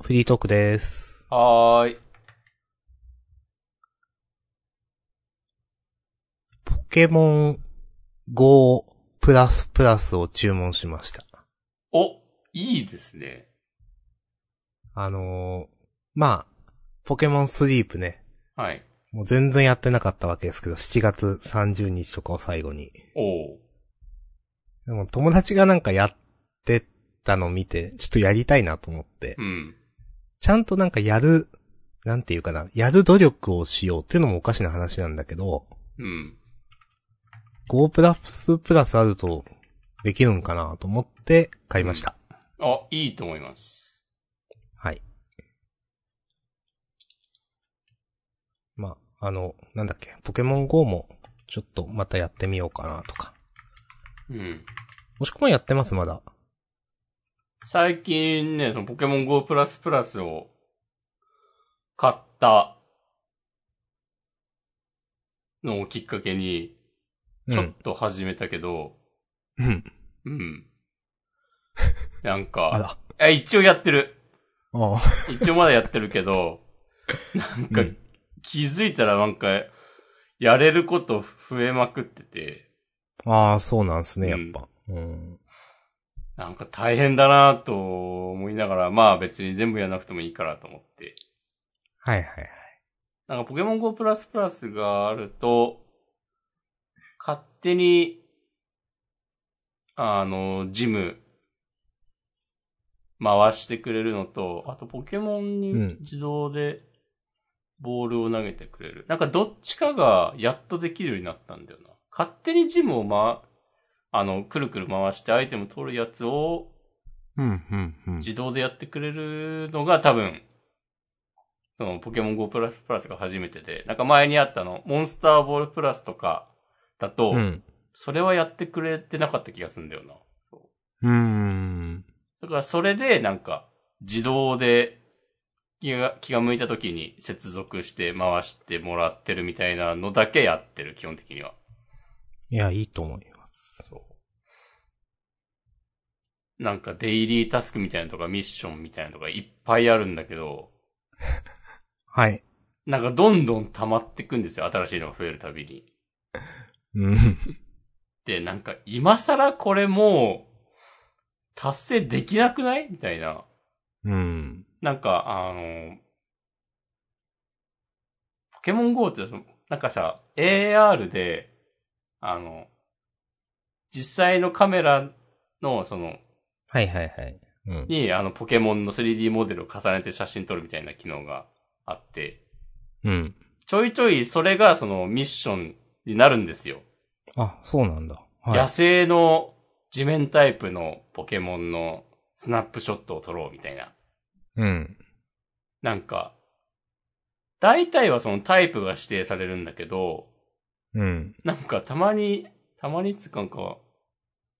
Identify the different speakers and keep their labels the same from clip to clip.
Speaker 1: フリートークです。
Speaker 2: はーい。
Speaker 1: ポケモン GO プラスプラスを注文しました。
Speaker 2: お、いいですね。
Speaker 1: あのーまあ、ポケモンスリープね、
Speaker 2: はい。
Speaker 1: もう全然やってなかったわけですけど、7月30日とかを最後に。
Speaker 2: おう
Speaker 1: でも友達がなんかやってたの見て、ちょっとやりたいなと思って、
Speaker 2: うん。
Speaker 1: ちゃんとなんかやる、なんていうかな、やる努力をしようっていうのもおかしな話なんだけど、
Speaker 2: うん。
Speaker 1: GO プラスプラスあるとできるんかなと思って買いました。
Speaker 2: あ、いいと思います。
Speaker 1: はい。まあ、あの、なんだっけ、ポケモン GO も、ちょっとまたやってみようかなとか。
Speaker 2: うん。
Speaker 1: もしくはやってます、まだ。
Speaker 2: 最近ね、そのポケモン GO プラスプラスを買ったのをきっかけに、ちょっと始めたけど、
Speaker 1: うん。うん。
Speaker 2: うん。なん
Speaker 1: あ
Speaker 2: か、
Speaker 1: ら。
Speaker 2: え、一応やってる。
Speaker 1: ああ。
Speaker 2: 一応まだやってる けど、なんか
Speaker 1: うん
Speaker 2: 気づいたらなんか、やれること増えまくってて、
Speaker 1: ああ、そうなんすね、やっ
Speaker 2: うん
Speaker 1: ぱ。うん。
Speaker 2: なんか大変だなと思いながら、まあ別に全部やらなくてもいいからと思って。
Speaker 1: はいはいはい。
Speaker 2: なんかポケモン GO プラスプラスがあると、勝手に、あの、ジム、回してくれるのと、あとポケモンに
Speaker 1: うん
Speaker 2: 自動でボールを投げてくれる。なんかどっちかがやっとできるようになったんだよな。勝手にジムをま、あの、くるくる回してアイテム取るやつを
Speaker 1: うん、うん、うん。
Speaker 2: 自動でやってくれるのが多分、そのポケモン GO プラスプラスが初めてで、なんか前にあったの、モンスターボールプラスとかだと、
Speaker 1: うん。
Speaker 2: それはやってくれてなかった気がするんだよな。
Speaker 1: うーん。
Speaker 2: だからそれでなんか、自動で気が気が向いた時に接続して回してもらってるみたいなのだけやってる、基本的には。
Speaker 1: いや、いいと思います。
Speaker 2: そう。なんかデイリータスクみたいなのとかミッションみたいなのとかいっぱいあるんだけど、
Speaker 1: はい。
Speaker 2: なんかどんどん溜まってくんですよ。新しいのが増えるたびに。
Speaker 1: うん。
Speaker 2: で、なんか今更これもう、達成できなくないみたいな。
Speaker 1: うん。
Speaker 2: なんか、あの、ポケモン GO ってその、なんかさ、AR で、あの、実際のカメラの、その、
Speaker 1: はいはいはい。うん。
Speaker 2: に、あの、ポケモンの 3D モデルを重ねて写真撮るみたいな機能があって、
Speaker 1: うん。
Speaker 2: ちょいちょいそれがそのミッションになるんですよ。
Speaker 1: あ、そうなんだ。はい。
Speaker 2: 野生の地面タイプのポケモンのスナップショットを撮ろうみたいな。
Speaker 1: うん。
Speaker 2: なんか、大体はそのタイプが指定されるんだけど、
Speaker 1: うん。
Speaker 2: なんかたまに、たまにっつうかなんか、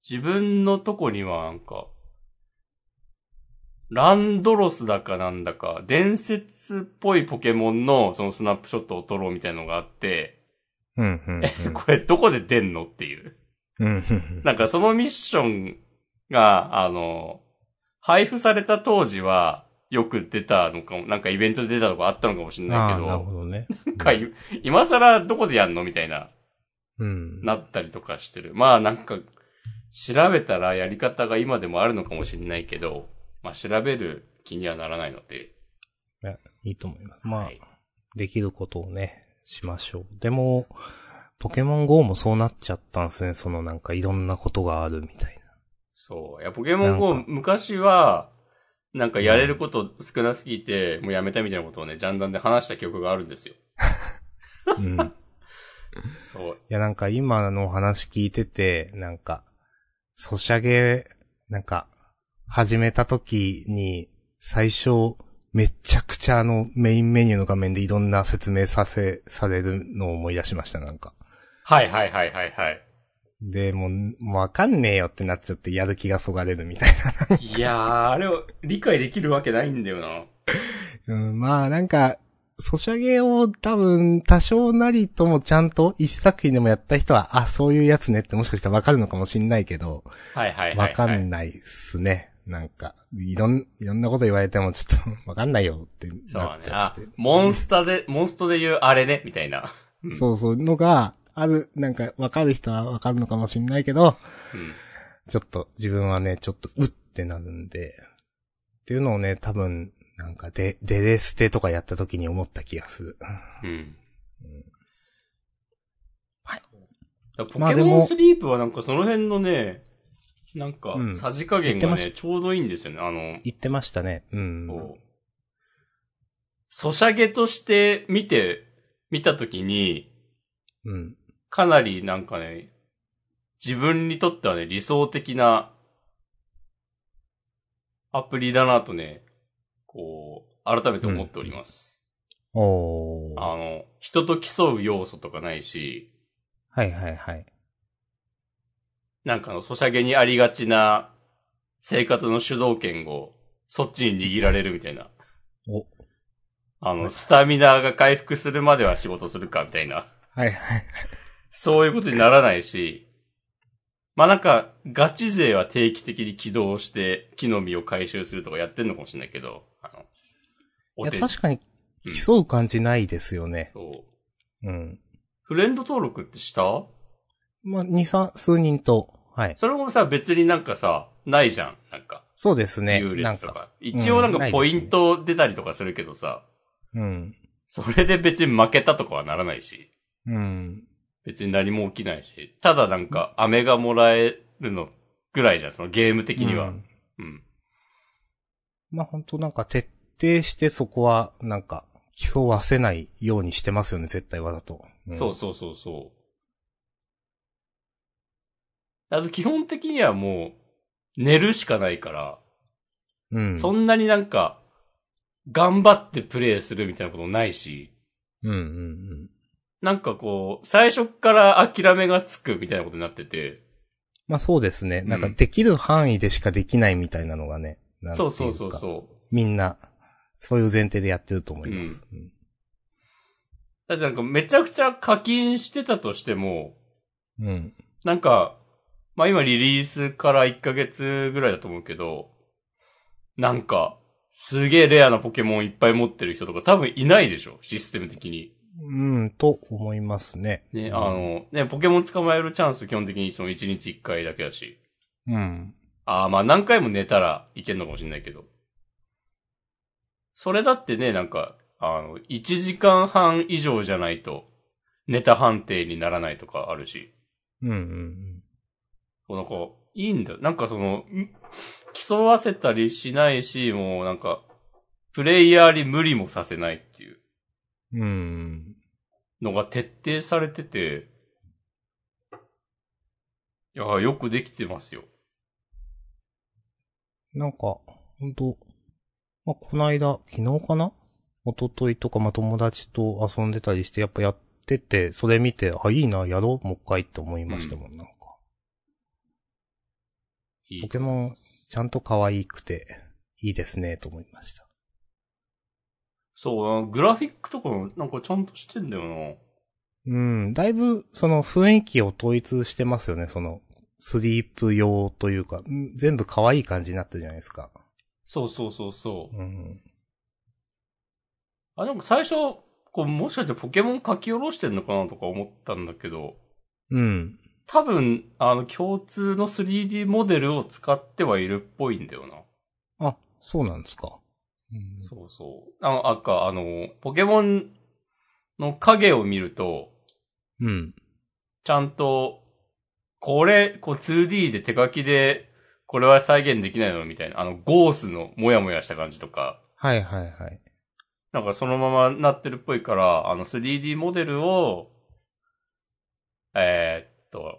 Speaker 2: 自分のとこにはなんか、ランドロスだかなんだか、伝説っぽいポケモンのそのスナップショットを撮ろうみたいのがあって、
Speaker 1: うん、うん。
Speaker 2: これどこで出んのっていう。
Speaker 1: うん、 うん。
Speaker 2: なんかそのミッションが、あの、配布された当時は、よく出たのかも、なんかイベントで出たとかあったのかもしれない
Speaker 1: あ
Speaker 2: け
Speaker 1: ー
Speaker 2: ど、
Speaker 1: なるほど ね。
Speaker 2: なんかい今更どこでやんのみたいな、
Speaker 1: うん。
Speaker 2: なったりとかしてる。まあなんか、調べたらやり方が今でもあるのかもしれないけど、まあ調べる気にはならないので、
Speaker 1: いいと思います。まあ、
Speaker 2: はい
Speaker 1: できることをね、しましょう。でも、ポケモン GO もそうなっちゃったんですね。そのなんかいろんなことがあるみたい
Speaker 2: そう。いや、ポケモン
Speaker 1: なん
Speaker 2: GO 昔は、なんかやれること少なすぎて、もうやめたみたいなことをね、ジャンダンで話した記憶があるんですよ。
Speaker 1: な。うん。い
Speaker 2: そう。
Speaker 1: やなんか今のお話聞いてて、なんか、ソシャゲ、なんか、始めた時に、最初、めっちゃくちゃあのメインメニューの画面でいろんな説明させ、されるのを思い出しました、なんか。
Speaker 2: はいはいはいはいはい。
Speaker 1: で、もう、もうわかんねえよってなっちゃってやる気がそがれるみたいな。
Speaker 2: いやー、あれを理解できるわけないんだよな。
Speaker 1: うん、まあなんか、ソシャゲを多分多少なりともちゃんと一作品でもやった人は、あ、そういうやつねってもしかしたらわかるのかもしんないけど、
Speaker 2: はいはいはい、はい。
Speaker 1: わかんないっすね。なんか、いろん、いろんなこと言われてもちょっとわかんないよって
Speaker 2: そう
Speaker 1: な
Speaker 2: だ
Speaker 1: っ
Speaker 2: ね。
Speaker 1: ちゃ
Speaker 2: あ
Speaker 1: って。、
Speaker 2: モンスタで、モンストで言うあれね、みたいな。うん
Speaker 1: そうそう、のが、ある、なんか、わかる人はわかるのかもしんないけど、
Speaker 2: うん
Speaker 1: ちょっと、自分はね、ちょっと、うってなるんで、っていうのをね、多分、なんか、で、デレステとかやった時に思った気がする。
Speaker 2: うん。はい。ポ
Speaker 1: まあ
Speaker 2: ケ
Speaker 1: で
Speaker 2: モ
Speaker 1: も
Speaker 2: ンスリープはなんかその辺のね、なんか
Speaker 1: う、ん
Speaker 2: さじ加減
Speaker 1: 言
Speaker 2: が
Speaker 1: って
Speaker 2: ね、ちょうどいいんですよね。あの、
Speaker 1: 言ってましたね。うん。
Speaker 2: こう、ソシャゲとして見て、見たときに、
Speaker 1: うん。
Speaker 2: かなりなんかね、自分にとってはね、理想的なアプリだなとね、こう、改めて思っております。
Speaker 1: おー。
Speaker 2: あの、人と競う要素とかないし、
Speaker 1: はいはいはい。
Speaker 2: なんかあの、ソシャゲにありがちな生活の主導権をそっちに握られるみたいな。
Speaker 1: お
Speaker 2: あの、スタミナが回復するまでは仕事するかみたいな。
Speaker 1: はいはい。
Speaker 2: そういうことにならないし、まあなんか、ガチ勢は定期的に起動して木の実を回収するとかやってんのかもしれないけど、あの、
Speaker 1: い
Speaker 2: お
Speaker 1: や、
Speaker 2: 手
Speaker 1: 確かに、競う感じないですよね。
Speaker 2: そう
Speaker 1: うん。
Speaker 2: フレンド登録ってした
Speaker 1: まあ、二三、数人と、はい。
Speaker 2: それもさ、別になんかさ、ないじゃん。なんか、
Speaker 1: そうですね。
Speaker 2: 優
Speaker 1: なん
Speaker 2: 劣と
Speaker 1: か。
Speaker 2: か。一応な
Speaker 1: うん
Speaker 2: ん
Speaker 1: な
Speaker 2: か
Speaker 1: いですね
Speaker 2: ポイント出たりとかするけどさ、
Speaker 1: うん。
Speaker 2: それで別に負けたとかはならないし、
Speaker 1: うん。
Speaker 2: 別に何も起きないし、ただなんか、飴がもらえるのぐらいじゃん、そのゲーム的には。
Speaker 1: うん
Speaker 2: うん。
Speaker 1: まあ、本当なんか、徹底してそこは、なんか、競わせないようにしてますよね、絶対わざと。ん
Speaker 2: そうそうそうそう。あと基本的にはもう、寝るしかないから、
Speaker 1: うん。
Speaker 2: そんなになんか、頑張ってプレイするみたいなことないし、
Speaker 1: うんうんうん。
Speaker 2: なんかこう、最初っから諦めがつくみたいなことになってて、
Speaker 1: まあ、そうですね。なんか、
Speaker 2: うん
Speaker 1: できる範囲でしかできないみたいなのがね。なんてい
Speaker 2: そう
Speaker 1: か
Speaker 2: うそうそうそう。
Speaker 1: みんな、そういう前提でやってると思います。うん
Speaker 2: だってなんかめちゃくちゃ課金してたとしても、
Speaker 1: うん。
Speaker 2: なんか、まあ今リリースから1ヶ月ぐらいだと思うけど、なんか、すげえレアなポケモンいっぱい持ってる人とか多分いないでしょシステム的に。
Speaker 1: うん、と思いますね。
Speaker 2: ね、
Speaker 1: うん
Speaker 2: あの、ね、ポケモン捕まえるチャンス基本的にその1日1回だけだし。
Speaker 1: うん。
Speaker 2: ああ、まあ何回も寝たらいけるのかもしれないけど。それだってね、なんか、あの、1時間半以上じゃないと、ネタ判定にならないとかあるし。
Speaker 1: うんうんうん。
Speaker 2: こうなんか、いいんだよ。なんかその、ん競わせたりしないし、もうなんか、プレイヤーに無理もさせないっていう
Speaker 1: うん。
Speaker 2: のが徹底されてて、いや、よくできてますよ。
Speaker 1: なんか、ほんと、まあ、こないだ、昨日かな一昨日とか、まあ、友達と遊んでたりして、やっぱやってて、それ見て、あ、いいな、やろう、もう一回って思いましたもん、なんか。
Speaker 2: いい
Speaker 1: ポケモン、ちゃんと可愛くて、いいですね、と思いました。
Speaker 2: そう、グラフィックとかもなんかちゃんとしてんだよな。
Speaker 1: うん、だいぶ、その雰囲気を統一してますよね、その、スリープ用というか、うん全部可愛い感じになってるじゃないですか。
Speaker 2: そうそうそうそう。
Speaker 1: うん。
Speaker 2: あ、でも最初、こう、もしかしてポケモン書き下ろしてんのかなとか思ったんだけど、
Speaker 1: うん。
Speaker 2: 多分、あの、共通の 3D モデルを使ってはいるっぽいんだよな。
Speaker 1: あ、そうなんですか。うん
Speaker 2: そうそう。あの、あか、あの、ポケモンの影を見ると、
Speaker 1: うん。
Speaker 2: ちゃんと、これ、こう 2D で手書きで、これは再現できないのみたいな、あの、ゴースのモヤモヤした感じとか、
Speaker 1: はいはいはい。
Speaker 2: なんかそのままなってるっぽいから、あの 3D モデルを、えーっと、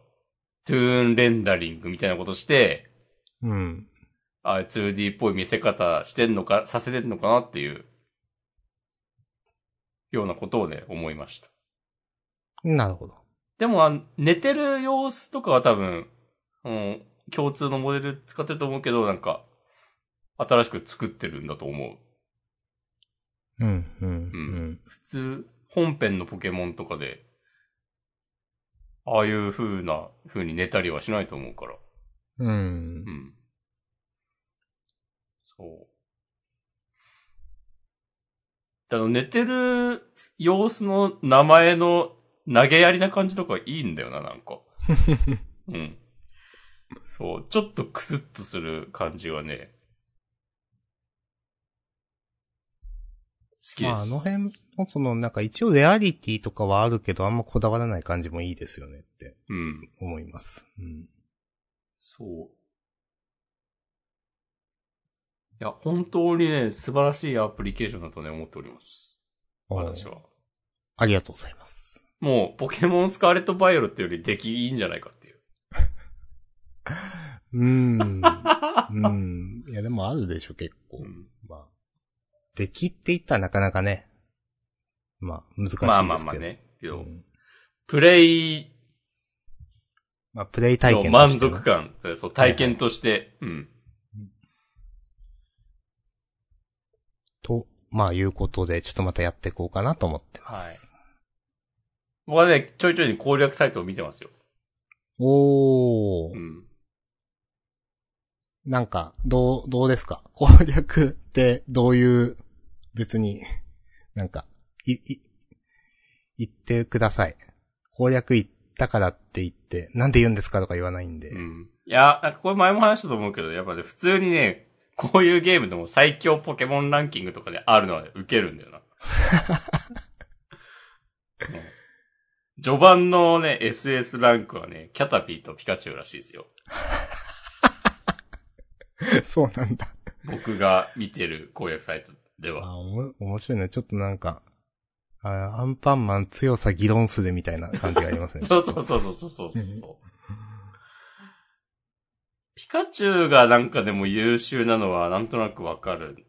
Speaker 2: トゥーンレンダリングみたいなことして、
Speaker 1: うん。
Speaker 2: あ 2D っぽい見せ方してんのか、させてんのかなっていう、ようなことをね、思いました。
Speaker 1: なるほど。
Speaker 2: でも、あ寝てる様子とかは多分、うん、共通のモデル使ってると思うけど、なんか、新しく作ってるんだと思う。
Speaker 1: うん、うん、
Speaker 2: う
Speaker 1: うん。
Speaker 2: 普通、本編のポケモンとかで、ああいう風な、風に寝たりはしないと思うから。
Speaker 1: うん
Speaker 2: う。ん。そう。だから寝てる様子の名前の投げやりな感じとかいいんだよな、な んか。うん。そう、ちょっとクスッとする感じはね、好きです。
Speaker 1: まあ、あの辺もその、なんか一応レアリティとかはあるけど、あんまこだわらない感じもいいですよねって
Speaker 2: うん。
Speaker 1: 思います。うん。
Speaker 2: そう。いや、本当にね、素晴らしいアプリケーションだとね、思っております。私は。
Speaker 1: ありがとうございます。
Speaker 2: もう、ポケモンスカーレットバイオレットより出来いいんじゃないかっていう。
Speaker 1: うー ん。うん。いや、でもあるでしょ、結構。
Speaker 2: うん
Speaker 1: まあ。出来って言ったらなかなかね。まあ、難しいですけど。
Speaker 2: まあまあまあ。ね。け
Speaker 1: う
Speaker 2: ど、
Speaker 1: ん、
Speaker 2: プレイ
Speaker 1: まあ、プレイ体
Speaker 2: の
Speaker 1: 験、
Speaker 2: 満足。感、そう、体験として、うん。
Speaker 1: と、まあ、いうことで、ちょっとまたやっていこうかなと思ってます。
Speaker 2: はい。僕はね、ちょいちょいに攻略サイトを見てますよ。
Speaker 1: おー。
Speaker 2: うん。
Speaker 1: なんか、どう、どうですか 攻略ってどういう、別に、なんか、い、い、言ってください。攻略言ったからって言って、なんで言うんですかとか言わないんで。
Speaker 2: うん。いや、なんかこれ前も話したと思うけど、やっぱね、普通にね、こういうゲームでも最強ポケモンランキングとかであるのはね、ウケるんだ よな。うん序盤のね、SS ランクはね、キャタピーとピカチュウらしいですよ。
Speaker 1: そうなんだ。
Speaker 2: 僕が見てる攻略サイトでは。
Speaker 1: あ、おも、面白いね。ちょっとなんか、あアンパンマン強さ議論するみたいな感じがありますね。
Speaker 2: そうそうそうそうそうそうそう。ピカチュウがなんかでも優秀なのはなんとなくわかる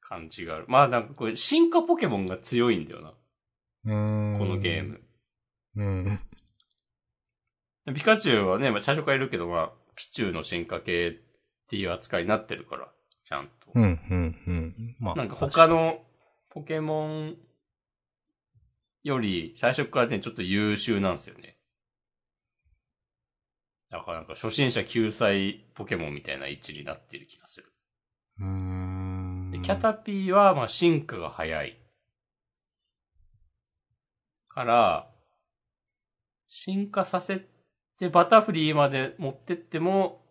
Speaker 2: 感じがある。まあなんかこれ進化ポケモンが強いんだよ
Speaker 1: うーん。
Speaker 2: な。このゲーム。
Speaker 1: うん。
Speaker 2: ピカチュウはね、まあ最初からいるけどまあ、ピチュウの進化系っていう扱いになってるから、ちゃんと。
Speaker 1: うん、うん、うん。まあ。
Speaker 2: なんか他のポケモンより最初からね、ちょっと優秀なんですよね。だからなんか初心者救済ポケモンみたいな位置になっている気がする。
Speaker 1: うーん
Speaker 2: でキャタピーはまあ進化が早い。から、進化させてバタフリーまで持ってっても、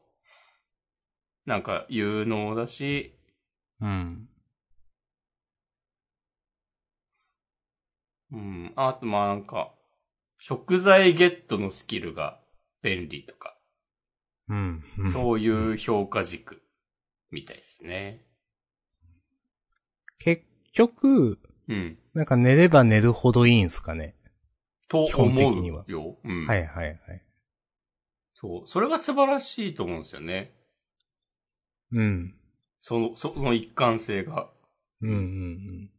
Speaker 2: なんか有能だし、
Speaker 1: うん。
Speaker 2: うん。あと、まあなんか、食材ゲットのスキルが便利とか、
Speaker 1: うん。うん
Speaker 2: そういう評価軸みたいですね。
Speaker 1: 結局、
Speaker 2: うん。
Speaker 1: なんか寝れば寝るほどいいんすかね。
Speaker 2: と
Speaker 1: 基本的に
Speaker 2: 思
Speaker 1: は
Speaker 2: うよ。うん。
Speaker 1: はいはいはい。
Speaker 2: そう。それが素晴らしいと思うんですよね。
Speaker 1: うん。
Speaker 2: その、そその一貫性が。
Speaker 1: うんうん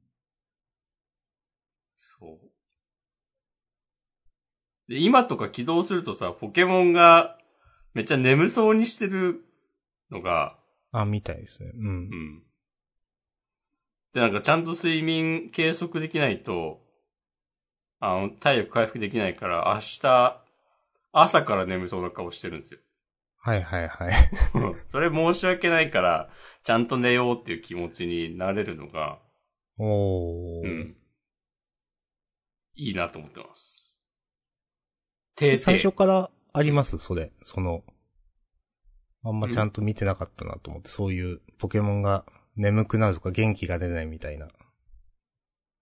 Speaker 2: そう。で、今とか起動するとさ、ポケモンがめっちゃ眠そうにしてるのが、
Speaker 1: うん。あ、みたいですね。う。
Speaker 2: うんん。で、なんかちゃんと睡眠計測できないと、あの、体力回復できないから、明日、朝から眠そうな顔してるんですよ。
Speaker 1: はいはいはい。
Speaker 2: それ申し訳ないから、ちゃんと寝ようっていう気持ちになれるのが、
Speaker 1: おー。
Speaker 2: うん。いいなと思ってます。
Speaker 1: で
Speaker 2: 定
Speaker 1: 最
Speaker 2: 性
Speaker 1: 初からありますそれ。その、あんまちゃんと見てなかったなと思って、そういうポケモンが眠くなるとか元気が出ないみたいな。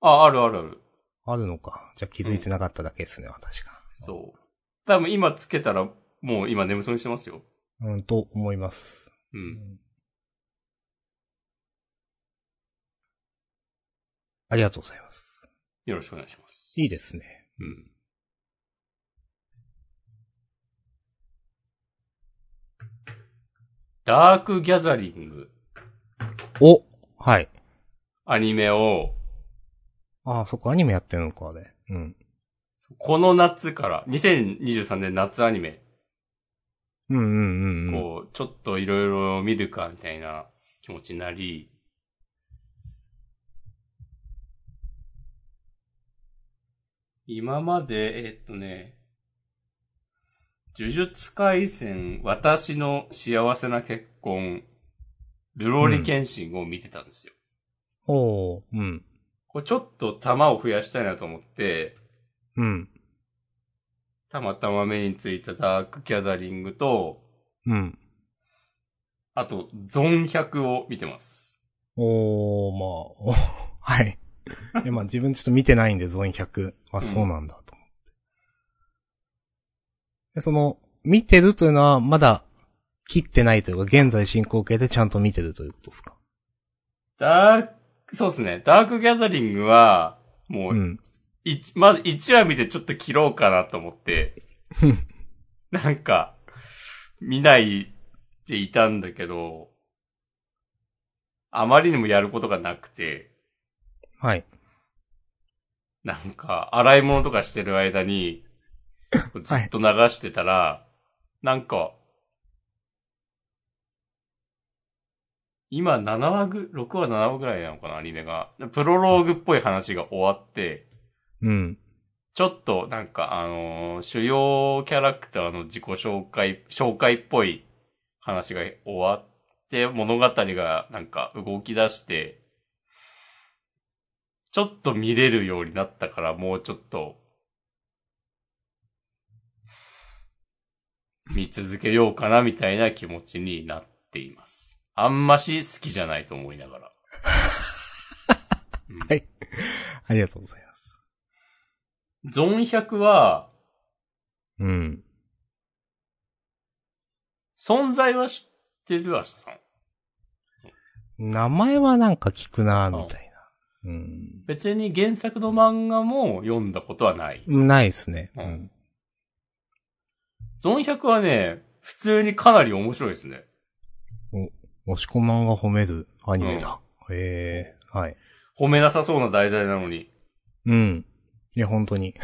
Speaker 2: あ、あるあるある。
Speaker 1: あるのか。じゃあ気づいてなかっただけですね、私が。
Speaker 2: そう。多分今つけたら、もう今眠そうにしてますよ。
Speaker 1: うん、と思います。
Speaker 2: うん。
Speaker 1: ありがとうございます。
Speaker 2: よろしくお願いします。
Speaker 1: いいですね。
Speaker 2: うん。ダークギャザリング、
Speaker 1: おはい。
Speaker 2: アニメを、
Speaker 1: ああ、そっか、アニメやってるのか、あれ。うん。
Speaker 2: この夏から、2023年夏アニメ、
Speaker 1: うんうんうんうん。
Speaker 2: こう、ちょっといろいろ見るか、みたいな気持ちになり、今まで、えっとね、呪術廻戦、私の幸せな結婚、ルローリケンシングを見てたんですよ。
Speaker 1: おー、うん。
Speaker 2: これちょっと弾を増やしたいなと思って、
Speaker 1: うん。
Speaker 2: たまたま目についたダークギャザリングと、
Speaker 1: うん。
Speaker 2: あと、ゾン100を見てます。
Speaker 1: おー、まあ、お はい。いやまあ自分ちょっと見てないんで、ゾーン100。あ、そうなんだ、と思って。でその、見てるというのは、まだ、切ってないというか、現在進行形でちゃんと見てるということですか
Speaker 2: ダーク、そうですね。ダークギャザリングは、も
Speaker 1: う
Speaker 2: う、
Speaker 1: ん。
Speaker 2: いまず1話見てちょっと切ろうかなと思って、 なんか、見ないっていたんだけど、あまりにもやることがなくて、
Speaker 1: はい。
Speaker 2: なんか、洗い物とかしてる間に、ずっと流してたら、なんか、今7話ぐ、6話7話ぐらいなのかな、アニメが。プロローグっぽい話が終わって、
Speaker 1: うん。
Speaker 2: ちょっとなんかあのー主要キャラクターの自己紹介、紹介っぽい話が終わって、物語がなんか動き出して、ちょっと見れるようになったからもうちょっと、見続けようかなみたいな気持ちになっています。あんまし好きじゃないと思いながら。うん
Speaker 1: はいありがとうございます。
Speaker 2: ゾン100は、
Speaker 1: うん。
Speaker 2: 存在は知ってる、明日さん。
Speaker 1: 名前はなんか聞くなみたいな。うん。
Speaker 2: 別に原作の漫画も読んだことはない。
Speaker 1: ないですね。
Speaker 2: う。ん。ゾン100はね、普通にかなり面白いですね。
Speaker 1: 押し込まんが褒めるアニメだ。へえ、はい。
Speaker 2: 褒めなさそうな題材なのに。
Speaker 1: うん。いや、本当に。
Speaker 2: い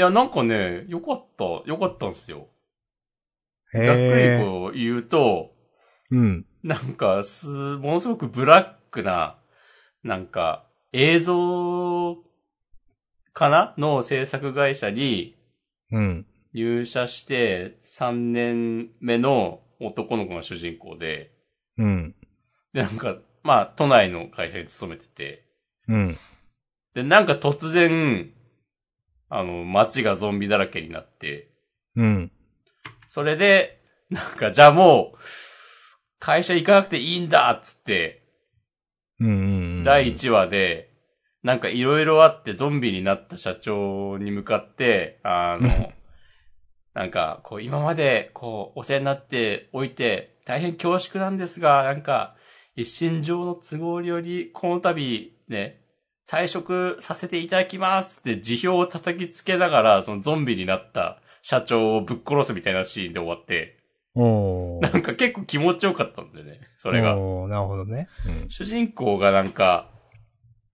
Speaker 2: や、なんかね、よかった、よかったんですよ。
Speaker 1: へ
Speaker 2: ざっくり
Speaker 1: え。
Speaker 2: こう言うと、
Speaker 1: うん。
Speaker 2: なんかす、ものすごくブラックな、なんか、映像かなの制作会社に、
Speaker 1: うん。
Speaker 2: 入社して3年目の男の子が主人公で、
Speaker 1: うん。
Speaker 2: で、なんか、まあ、都内の会社に勤めてて、
Speaker 1: うん。
Speaker 2: で、なんか突然、あの、街がゾンビだらけになって、
Speaker 1: うん。
Speaker 2: それで、なんか、じゃあもう、会社行かなくていいんだっつって、
Speaker 1: うんうん。
Speaker 2: 第。1話で、なんかいろいろあってゾンビになった社長に向かって、あの、なんか、こう今まで、こう、お世話になっておいて、大変恐縮なんですが、なんか、一身上の都合により、この度、ね、退職させていただきますって辞表を叩きつけながら、そのゾンビになった社長をぶっ殺すみたいなシーンで終わって、
Speaker 1: お
Speaker 2: な
Speaker 1: ー。
Speaker 2: んか結構気持ちよかったんだよね、それが。
Speaker 1: おーなるほどね。うん。
Speaker 2: 主人公がなんか、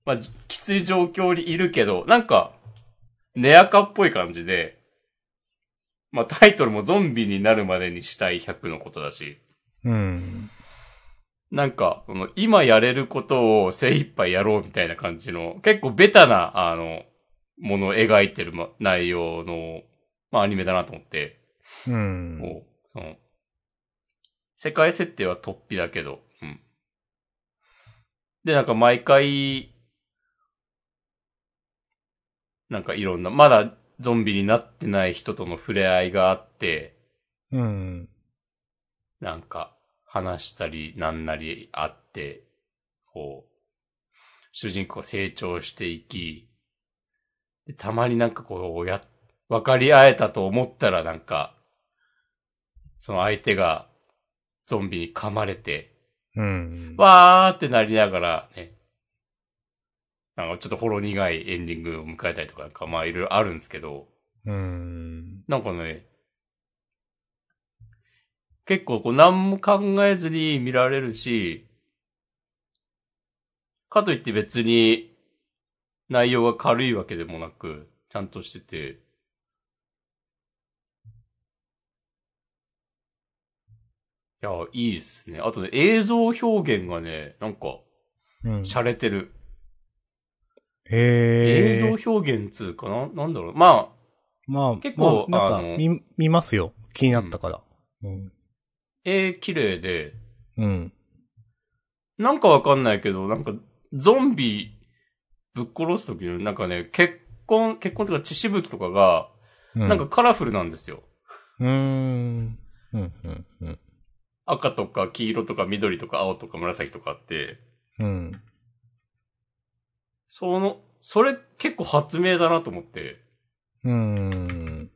Speaker 2: まあ、じきつい状況にいるけど、なんか、寝やかっぽい感じで、まあ、タイトルもゾンビになるまでにしたい100のことだし、
Speaker 1: うん。
Speaker 2: なんか、その今やれることを精一杯やろうみたいな感じの、結構ベタな、あの、ものを描いてるま内容の、まあ、アニメだなと思って、
Speaker 1: うん。
Speaker 2: もう、その、世界設定は突飛だけど、うん。で、なんか毎回、なんかいろんな、まだゾンビになってない人との触れ合いがあって、
Speaker 1: うん。
Speaker 2: なんか話したりなんなりあって、こう、主人公が成長していき、でたまになんかこう、や、分かり合えたと思ったらなんか、その相手がゾンビに噛まれて、
Speaker 1: うん。
Speaker 2: わーってなりながらね、なんかちょっとほろ苦いエンディングを迎えたりとかなんかまあいろいろあるんですけど、
Speaker 1: うん。
Speaker 2: なんかね、結構こう何も考えずに見られるし、かといって別に内容が軽いわけでもなく、ちゃんとしてて、いや、いいですね。あとね、映像表現がね、なんか、
Speaker 1: うん。
Speaker 2: 洒落てる。
Speaker 1: へえ。
Speaker 2: 映像表現つうかななんだろう。まあ、
Speaker 1: まあ、
Speaker 2: 結構
Speaker 1: まあ
Speaker 2: あ
Speaker 1: なん
Speaker 2: の
Speaker 1: か、見、見ますよ。気になったから。うん。
Speaker 2: 絵綺麗で、
Speaker 1: うん。
Speaker 2: なんかわかんないけど、なんか、ゾンビぶっ殺すときの、なんかね、結婚、結婚というか血しぶきとかが、
Speaker 1: な
Speaker 2: なんか、カラフルなんですよ。
Speaker 1: うーん。うん、うん、うん。
Speaker 2: 赤とか黄色とか緑とか青とか紫とかあって、
Speaker 1: うん。
Speaker 2: その、それ結構発明だなと思って、
Speaker 1: うーん。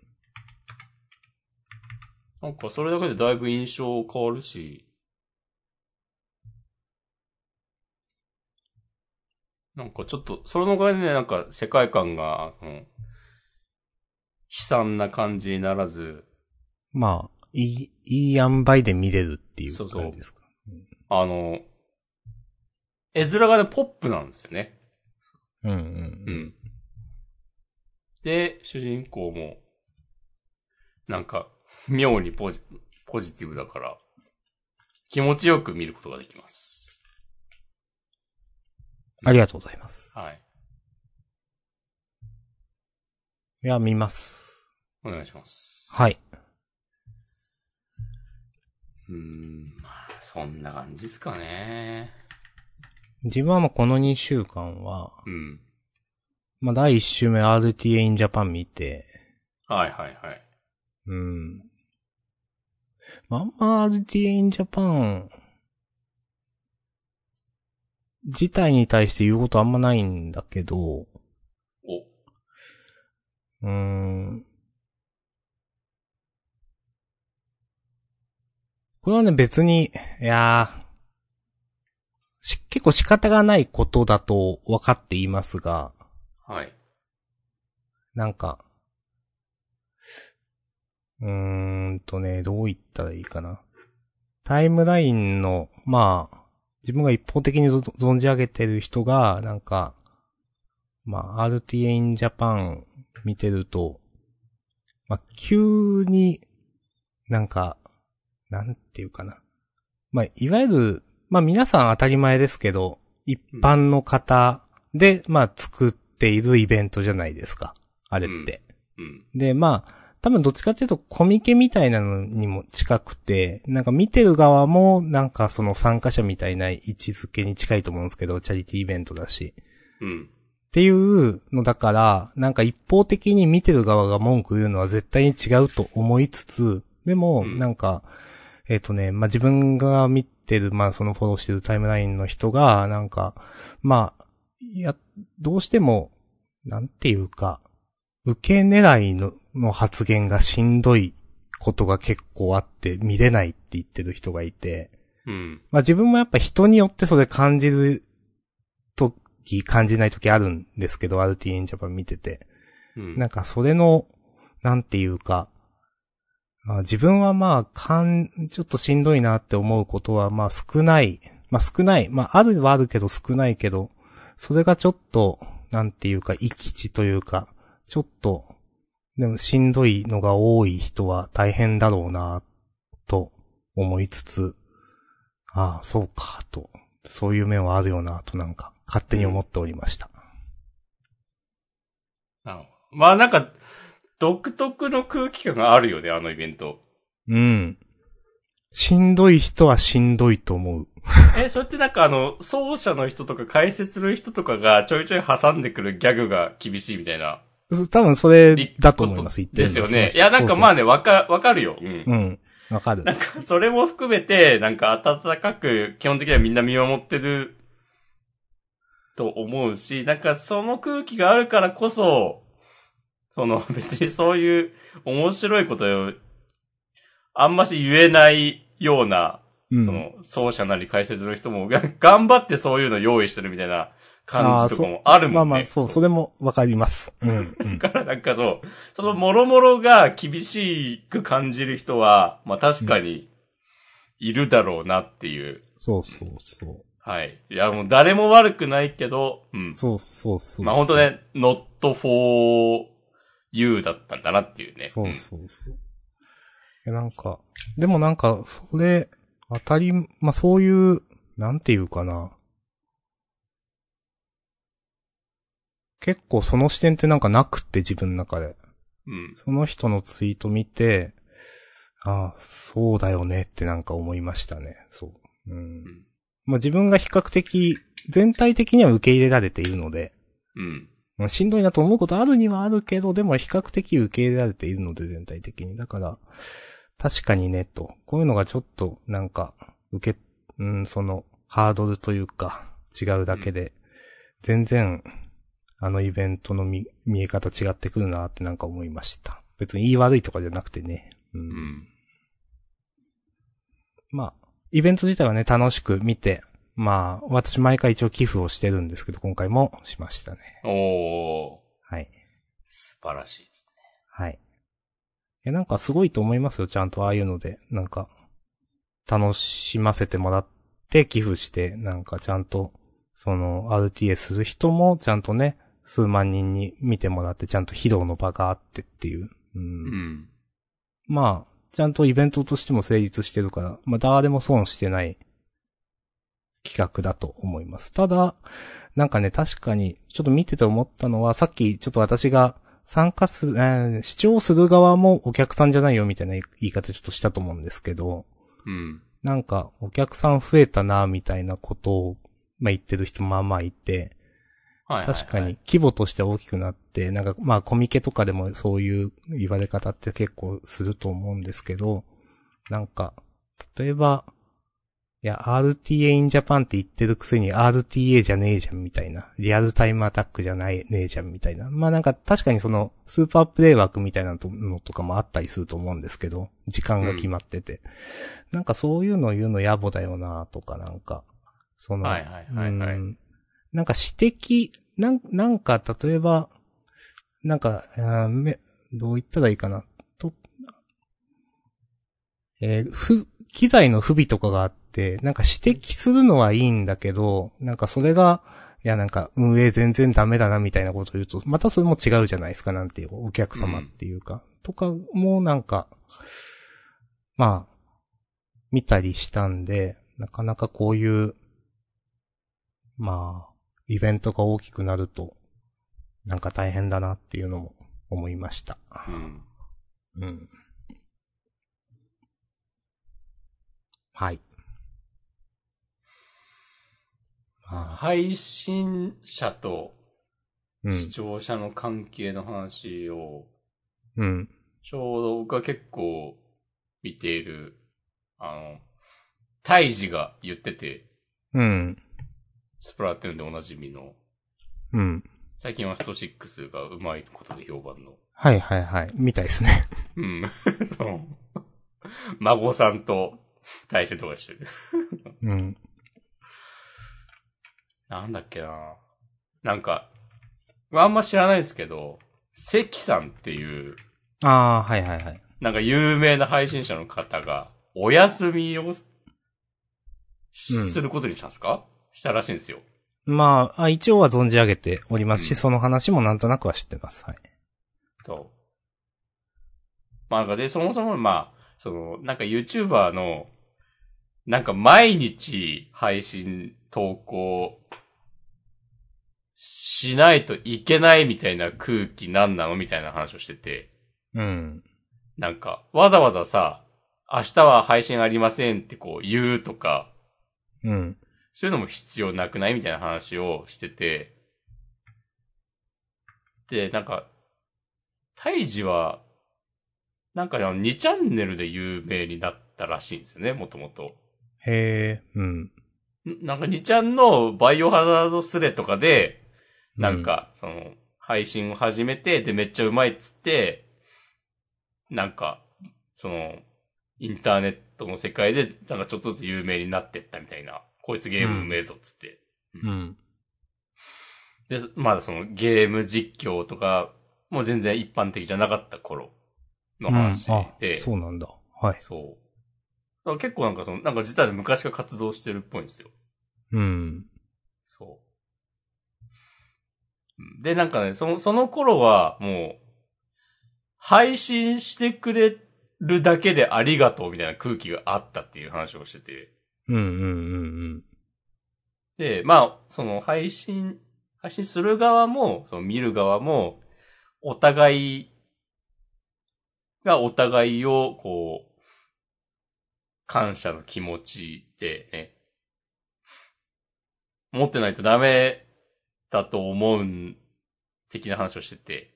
Speaker 2: なんかそれだけでだいぶ印象変わるし、なんかちょっと、それのおかげでね、なんか世界観が、あの悲惨な感じにならず、
Speaker 1: まあ、いい、いい塩梅で見れるっていう
Speaker 2: そうそう
Speaker 1: 感じですか。
Speaker 2: あの、絵面がね、ポップなんですよね。
Speaker 1: うん、う、
Speaker 2: うんん。で、主人公も、なんか、妙にポジ、ポジティブだから、気持ちよく見ることができます。
Speaker 1: ありがとうございます。
Speaker 2: はい。
Speaker 1: いや、見ます。
Speaker 2: お願いします。
Speaker 1: はい。
Speaker 2: うーん、まあ、そんな感じですかね。
Speaker 1: 自分はもうこの2週間は、
Speaker 2: うん。
Speaker 1: まあ、第1週目 RTA in Japan 見て、
Speaker 2: はいはいはい。
Speaker 1: うん。まあ、あんま RTA in Japan 自体に対して言うことあんまないんだけど、
Speaker 2: お、
Speaker 1: うーん。これはね別に、いやーし、結構仕方がないことだと分かっていますが、
Speaker 2: はい。
Speaker 1: なんか、うーんとね、どう言ったらいいかな。タイムラインの、まあ、自分が一方的にぞ存じ上げてる人が、なんか、まあ、RTA in Japan 見てると、まあ、急に、なんか、なんていうかな。まあ、いわゆる、まあ皆さん当たり前ですけど、一般の方で、まあ作っているイベントじゃないですか。あれって。
Speaker 2: うん。
Speaker 1: で、まあ、多分どっちかっていうとコミケみたいなのにも近くて、なんか見てる側もなんかその参加者みたいな位置づけに近いと思うんですけど、チャリティーイベントだし。
Speaker 2: うん。
Speaker 1: っていうのだから、なんか一方的に見てる側が文句言うのは絶対に違うと思いつつ、でも、
Speaker 2: うん
Speaker 1: なんか、えっ、とね、まあ、自分が見てる、まあ、そのフォローしてるタイムラインの人が、なんか、まあ、いや、どうしても、なんていうか、受け狙いのの発言がしんどいことが結構あって、見れないって言ってる人がいて、
Speaker 2: うん。
Speaker 1: まあ自分もやっぱ人によってそれ感じるとき、感じないときあるんですけど、RT in Japan 見てて。
Speaker 2: うん。
Speaker 1: なんかそれの、なんていうか、あ自分はまあ、かん、ちょっとしんどいなって思うことはまあ少ない。まあ少ない。まああるはあるけど少ないけど、それがちょっと、なんていうか、行き地というか、ちょっと、でもしんどいのが多い人は大変だろうな、と思いつつ、ああ、そうか、と、そういう面はあるよな、となんか、勝手に思っておりました。
Speaker 2: なるほどまあなんか、独特の空気感があるよね、あのイベント。
Speaker 1: うん。しんどい人はしんどいと思う。
Speaker 2: え、それってなんかあの、奏者の人とか解説する人とかがちょいちょい挟んでくるギャグが厳しいみたいな。
Speaker 1: そ多分それだと思います、言って
Speaker 2: で
Speaker 1: る
Speaker 2: す
Speaker 1: の
Speaker 2: よ
Speaker 1: は
Speaker 2: ね。いや、なんかまあ
Speaker 1: あ、
Speaker 2: ね、わか、わかるよ。う
Speaker 1: そ
Speaker 2: ん。
Speaker 1: うそううん。わかる
Speaker 2: な。んか、それも含めて、なんか温かく、基本的にはみんな見守ってる、と思うし、なんかその空気があるからこそ、その 別にそういう面白いことを、あんまし言えないような、
Speaker 1: う
Speaker 2: そ
Speaker 1: ん。
Speaker 2: の、奏者なり解説の人も、が頑張ってそういうの用意してるみたいな感じとかもある
Speaker 1: ま
Speaker 2: も
Speaker 1: あ
Speaker 2: んね。
Speaker 1: まあ、そう、それもわかります。うん。うん
Speaker 2: だからなんかそう、その諸々が厳しく感じる人は、まあ確かに、いるだろうなっていう。
Speaker 1: そうそうそう。
Speaker 2: はい。いや、もう誰も悪くないけど、うん。
Speaker 1: そうそうそう。
Speaker 2: まあ本当。ね、not for you だったんだなっていうね。
Speaker 1: そうそうそう。え、なんか、でもなんか、それ、当たり、まあそういう、なんていうかな。結構その視点ってなんかなくって、自分の中で。
Speaker 2: うん。うん。
Speaker 1: その人のツイート見て、ああ、そうだよねってなんか思いましたね。そう。うん
Speaker 2: ん。
Speaker 1: まあ自分が比較的、全体的には受け入れられているので、
Speaker 2: うん。
Speaker 1: まあしんどいなと思うことあるにはあるけど、でも比較的受け入れられているので、全体的に。だから、確かにね、と。こういうのがちょっと、なんか、受け、うん、その、ハードルというか、違うだけで、全然、あのイベントの見、見え方違ってくるなってなんか思いました。別に言い悪いとかじゃなくてね。うん
Speaker 2: うん。
Speaker 1: まあ、イベント自体はね、楽しく見て、まあ、私毎回一応寄付をしてるんですけど、今回もしましたね。
Speaker 2: おー。
Speaker 1: はい。
Speaker 2: 素晴らしいです
Speaker 1: はい。え、なんかすごいと思いますよ、ちゃんとああいうので。なんか、楽しませてもらって寄付して、なんかちゃんと、その、RTA する人もちゃんとね、数万人に見てもらって、ちゃんと披露の場があってっていう。うん
Speaker 2: ね。うん。
Speaker 1: まあ、ちゃんとイベントとしても成立してるから、まあ誰も損してない企画だと思います。ただ、なんかね、確かに、ちょっと見てて思ったのは、さっきちょっと私が参加する、えー視聴する側もお客さんじゃないよみたいな言い方ちょっとしたと思うんですけど、
Speaker 2: うん。
Speaker 1: なんかお客さん増えたな、みたいなことを、まあ言ってる人まあまあいて、
Speaker 2: はいはい、はい。
Speaker 1: 確かに。規模として大きくなって、なんかまあコミケとかでもそういう言われ方って結構すると思うんですけど、なんか、例えば、いや、RTA in Japan って言ってるくせに RTA じゃねえじゃんみたいな。リアルタイムアタックじゃない、ねえじゃんみたいな。まあなんか確かにそのスーパープレイ枠みたいなのとかもあったりすると思うんですけど、時間が決まってて。なんかそういうのを言うの野暮だよなとかなんか、その、
Speaker 2: はいはいはいはい
Speaker 1: うんなんか指摘、なんなんか例えば、なんか、あーめどう言ったらいいかな。と、えーふ、機材の不備とかがあって、なんか指摘するのはいいんだけど、なんかそれが、いやなんか運営全然ダメだなみたいなことを言うと、またそれも違うじゃないですか、なんていう、お客様っていうか、とかもなんか、まあ、見たりしたんで、なかなかこういう、まあ、イベントが大きくなると、なんか大変だなっていうのも思いました。
Speaker 2: うん。
Speaker 1: うん。はい。まあ、
Speaker 2: 配信者と
Speaker 1: う
Speaker 2: 視
Speaker 1: ん。
Speaker 2: 聴者の関係の話を、
Speaker 1: うん。
Speaker 2: ちょうど僕が結構見ている、あの、大治が言ってて、
Speaker 1: うん。
Speaker 2: スプラトゥーンでおなじみの、
Speaker 1: うん。
Speaker 2: 最近はスト6がうまいことで評判の、
Speaker 1: はいはいはい。みたいですね。
Speaker 2: うん、 その、孫さんと対戦とかしてる。
Speaker 1: うん。
Speaker 2: なんだっけななんか、あんま知らないですけど、関さんっていう、
Speaker 1: ああ、はいはいはい。
Speaker 2: なんか有名な配信者の方が、お休みをす、
Speaker 1: うん
Speaker 2: することにしたんですか、したらしいんですよ。
Speaker 1: まあ、あ一応は存じ上げておりますし、
Speaker 2: うん
Speaker 1: その話もなんとなくは知ってます。はい。
Speaker 2: そう。まあ、なんかで、そもそも、まあ、その、なんか YouTuber の、なんか毎日配信投稿しないといけないみたいな空気なんなのみたいな話をしてて、
Speaker 1: うん。
Speaker 2: なんか、わざわざさ、明日は配信ありませんってこう言うとか、
Speaker 1: うん。
Speaker 2: そういうのも必要なくないみたいな話をしてて。で、なんか、タイジは、なんかあの2チャンネルで有名になったらしいんですよね、もともと。
Speaker 1: へえ、うん。
Speaker 2: んなんか2チャンのバイオハザードスレとかで、なんか、その、配信を始めて、で、めっちゃうまいっつって、なんか、その、インターネットの世界で、なんかちょっとずつ有名になってったみたいな、こいつゲームうめえぞっつって。
Speaker 1: うん。
Speaker 2: で、まだそのゲーム実況とか、もう全然一般的じゃなかった頃の
Speaker 1: うん。あ
Speaker 2: 話で、
Speaker 1: そうなんだ。はい。
Speaker 2: そう。だから結構なんかその、なんか実は昔から活動してるっぽいんですよ。
Speaker 1: うん。
Speaker 2: そううん。で、なんかね、その、その頃はもう、配信してくれるだけでありがとうみたいな空気があったっていう話をしてて。
Speaker 1: うんうんうん
Speaker 2: で、まあ、その配信、配信する側も、その見る側も、お互いがお互いを、こう、感謝の気持ちでね、持ってないとダメだと思うん、的な話をしてて。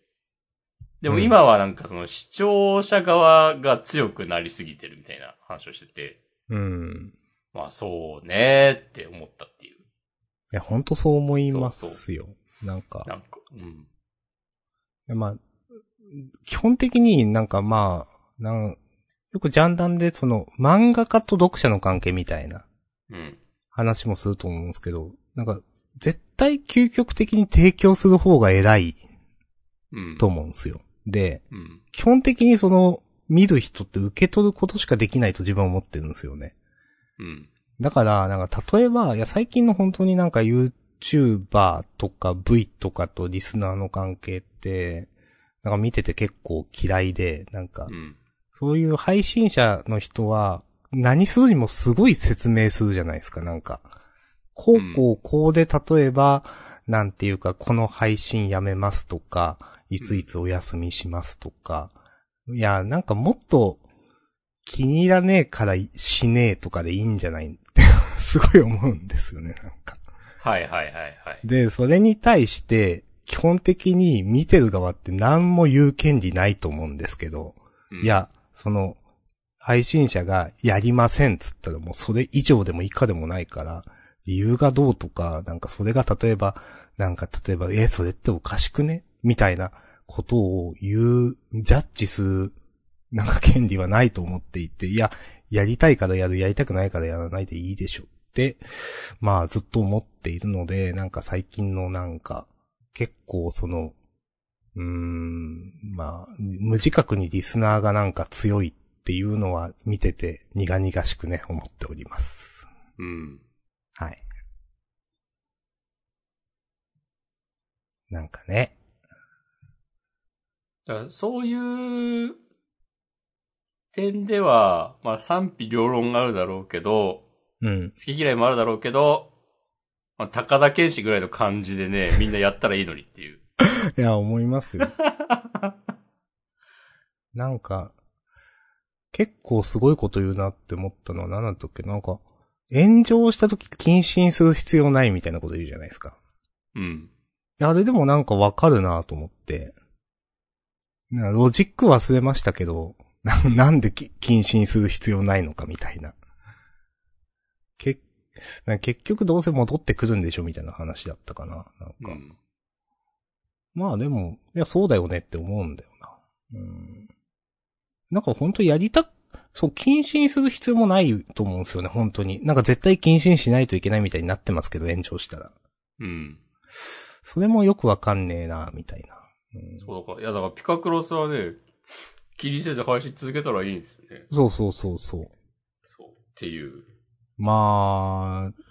Speaker 2: でも
Speaker 1: うん
Speaker 2: 今はなんかその視聴者側が強くなりすぎてるみたいな話をしてて、
Speaker 1: うん。
Speaker 2: まあそうねーって思ったっていう。
Speaker 1: いや、ほんとそう思いますよ。なんか。
Speaker 2: なんか、うん。
Speaker 1: まあ、基本的になんかまあ、なんよくジャンダンでその漫画家と読者の関係みたいな
Speaker 2: うん。
Speaker 1: 話もすると思うんですけど、なんか絶対究極的に提供する方が偉い
Speaker 2: うん。
Speaker 1: と思うんですよ。で、
Speaker 2: うん。
Speaker 1: 基本的にその見る人って受け取ることしかできないと自分は思ってるんですよね。
Speaker 2: うん。
Speaker 1: だから、なんか例えば、いや最近の本当になんか YouTuber とか V とかとリスナーの関係って、なんか見てて結構嫌いで、なんか
Speaker 2: う、ん。
Speaker 1: そういう配信者の人は、何するにもすごい説明するじゃないですか、なんか。こうこうこうで例えば、なんていうか、この配信やめますとか、いついつお休みしますとか。いや、なんかもっと気に入らねえからしねえとかでいいんじゃないって、 すごい思うんですよね、なんか。
Speaker 2: はいはいはいはい。
Speaker 1: で、それに対して、基本的に見てる側って何も言う権利ないと思うんですけど。
Speaker 2: うん
Speaker 1: い、や、その、配信者がやりませんっつったらもうそれ以上でも以下でもないから、理由がどうとか、なんかそれが例えば、なんか例えば、え、それっておかしくねみたいなことを言う、ジャッジする、なんか権利はないと思っていて、いや、やりたいからやる、やりたくないからやらないでいいでしょって、まあずっと思っているので、なんか最近のなんか、結構その、うーん、まあ、無自覚にリスナーがなんか強いっていうのは見てて苦々しくね、思っております。
Speaker 2: うん。
Speaker 1: はい。なんかね。
Speaker 2: だからそういう点では、まあ賛否両論があるだろうけど、
Speaker 1: うん。
Speaker 2: 好き嫌いもあるだろうけど、まあ高田健士ぐらいの感じでね、みんなやったらいいのにっていう。
Speaker 1: いや、思いますよ。 なんか、結構すごいこと言うなって思ったのは何だったっけなんか、炎上した時謹慎する必要ないみたいなこと言うじゃないですか。
Speaker 2: うん。
Speaker 1: いや、あれでもなんかわかるなと思って。なんかロジック忘れましたけど、な なんでき謹慎する必要ないのかみたいな。け、なんか結局どうせ戻ってくるんでしょみたいな話だったかな。なんか、
Speaker 2: うん。
Speaker 1: まあでも、いや、そうだよねって思うんだよな。うん。なんか本当やりた、そう、謹慎する必要もないと思うんですよね、本当に。なんか絶対謹慎しないといけないみたいになってますけど、延長したら。
Speaker 2: うん。
Speaker 1: それもよくわかんねえな、みたいな。うん
Speaker 2: そうだから、いやだからピカクロスはね、気にせず配信続けたらいいんですよね。
Speaker 1: そうそうそうそう。
Speaker 2: そう。っていう。
Speaker 1: まあ、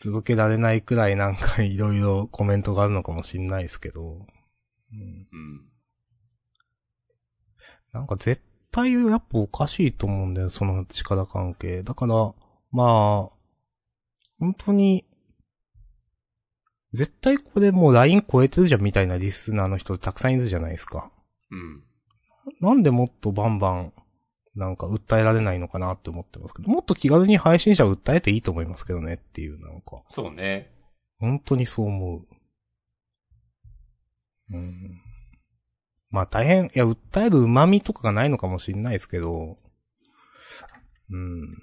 Speaker 1: 続けられないくらいなんかいろいろコメントがあるのかもしんないですけど、うん、
Speaker 2: うん。
Speaker 1: なんか絶対やっぱおかしいと思うんだよ、その力関係。だから、まあ、本当に、絶対これもう LINE 超えてるじゃんみたいなリスナーの人たくさんいるじゃないですか。
Speaker 2: うん。
Speaker 1: なんでもっとバンバン、なんか訴えられないのかなって思ってますけど、もっと気軽に配信者を訴えていいと思いますけどねっていう、なんか。
Speaker 2: そうね。
Speaker 1: 本当にそう思う。うん。まあ大変、いや、訴える旨味とかがないのかもしんないですけど、うん。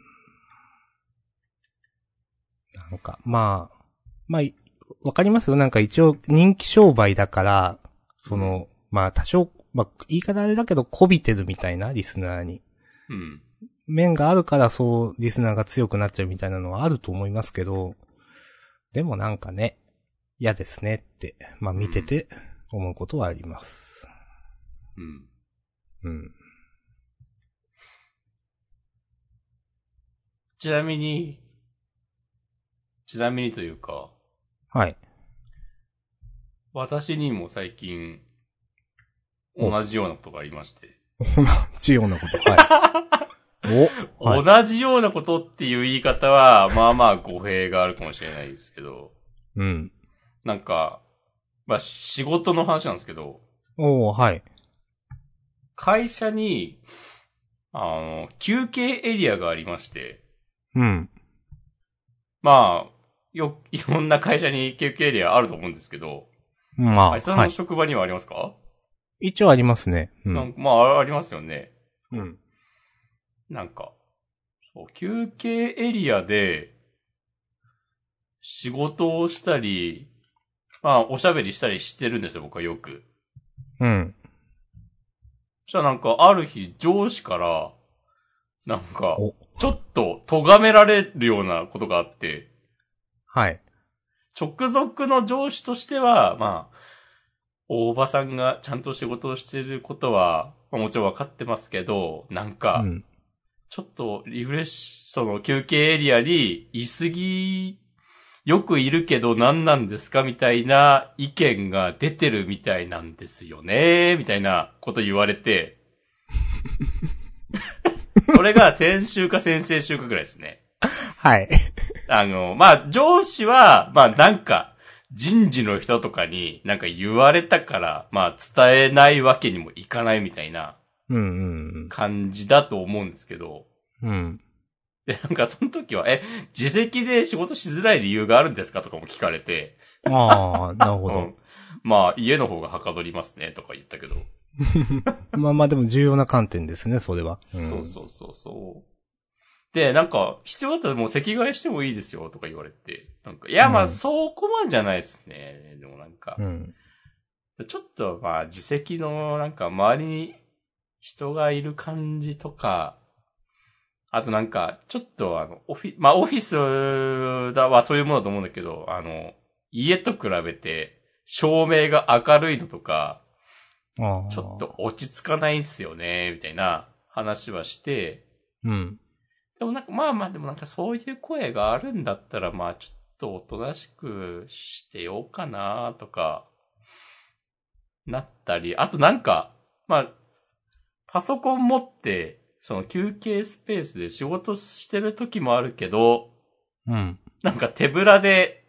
Speaker 1: なんか、まあ、まあ、いわかりますよ。なんか一応人気商売だから、その、まあ多少、まあ言い方あれだけど、こびてるみたいな、リスナーに。
Speaker 2: うん。
Speaker 1: 面があるからそう、リスナーが強くなっちゃうみたいなのはあると思いますけど、でもなんかね、嫌ですねって、まあ見てて思うことはあります。
Speaker 2: うん。
Speaker 1: うん。
Speaker 2: ちなみに、ちなみにというか、
Speaker 1: はい。
Speaker 2: 私にも最近、
Speaker 1: お
Speaker 2: 同じようなことがありまして。
Speaker 1: 重要なこと。 はい。お、はい、
Speaker 2: 同じようなことっていう言い方は、まあまあ語弊があるかもしれないですけど、
Speaker 1: うん。
Speaker 2: なんか、まあ仕事の話なんですけど、
Speaker 1: おーはい。
Speaker 2: 会社にあの、休憩エリアがありまして、
Speaker 1: うん。
Speaker 2: まあ、よ、 いろんな会社に休憩エリアあると思うんですけど、
Speaker 1: まあ、
Speaker 2: あいつら
Speaker 1: は
Speaker 2: の
Speaker 1: い。
Speaker 2: 職場にはありますか、
Speaker 1: 一応ありますね。う
Speaker 2: なん
Speaker 1: ん。
Speaker 2: かまあ、ありますよね。
Speaker 1: うん。
Speaker 2: なんか、そう休憩エリアで、仕事をしたり、まあ、おしゃべりしたりしてるんですよ、僕はよく。
Speaker 1: うん。
Speaker 2: そしたらなんか、ある日、上司から、なんか
Speaker 1: お、
Speaker 2: ちょっと、咎められるようなことがあって、
Speaker 1: はい。
Speaker 2: 直属の上司としては、まあ、大場さんがちゃんと仕事をしてることは、まあもちろんわかってますけど、なん
Speaker 1: う
Speaker 2: か、
Speaker 1: ん。
Speaker 2: ちょっとリフレッシュ、その休憩エリアに居すぎ、よくいるけど何なんですかみたいな意見が出てるみたいなんですよね、みたいなこと言われて。それが先週か先々週かぐらいですね。
Speaker 1: はい。
Speaker 2: あの、まあ、上司は、まあ、なんか、人事の人とかになんか言われたから、まあ、伝えないわけにもいかないみたいな
Speaker 1: うんうん
Speaker 2: 感じだと思うんですけど、
Speaker 1: うん。うん。
Speaker 2: で、なんかその時は、え、自責で仕事しづらい理由があるんですかとかも聞かれて、
Speaker 1: ああ、なるほ
Speaker 2: う
Speaker 1: ど
Speaker 2: ん。まあ、家の方がはかどりますね、とか言ったけど、
Speaker 1: まあまあでも重要な観点ですね、それは。ん
Speaker 2: そうそうそうそう。で、なんか、必要だったらもう席替えしてもいいですよ、とか言われて、なんか、いや、ま
Speaker 1: う
Speaker 2: あ、
Speaker 1: ん
Speaker 2: そこまでじゃないですね。でもなんか
Speaker 1: う、ん。
Speaker 2: ちょっとまあ、自責のなんか周りに人がいる感じとか、あとなんか、ちょっとあの、オフィ、まあオフィスだはそういうものだと思うんだけど、あの、家と比べて照明が明るいのとか、
Speaker 1: ああ。
Speaker 2: ちょっ。と落ち着かないんすよね、みたいな話はして、
Speaker 1: うん。
Speaker 2: でもなんか、まあまあ、でもなんかそういう声があるんだったら、まあちょっとおとなしくしてようかなとか、なったり、あとなんか、まあ、パソコン持って、その休憩スペースで仕事してる時もあるけど、
Speaker 1: うん。
Speaker 2: なんか手ぶらで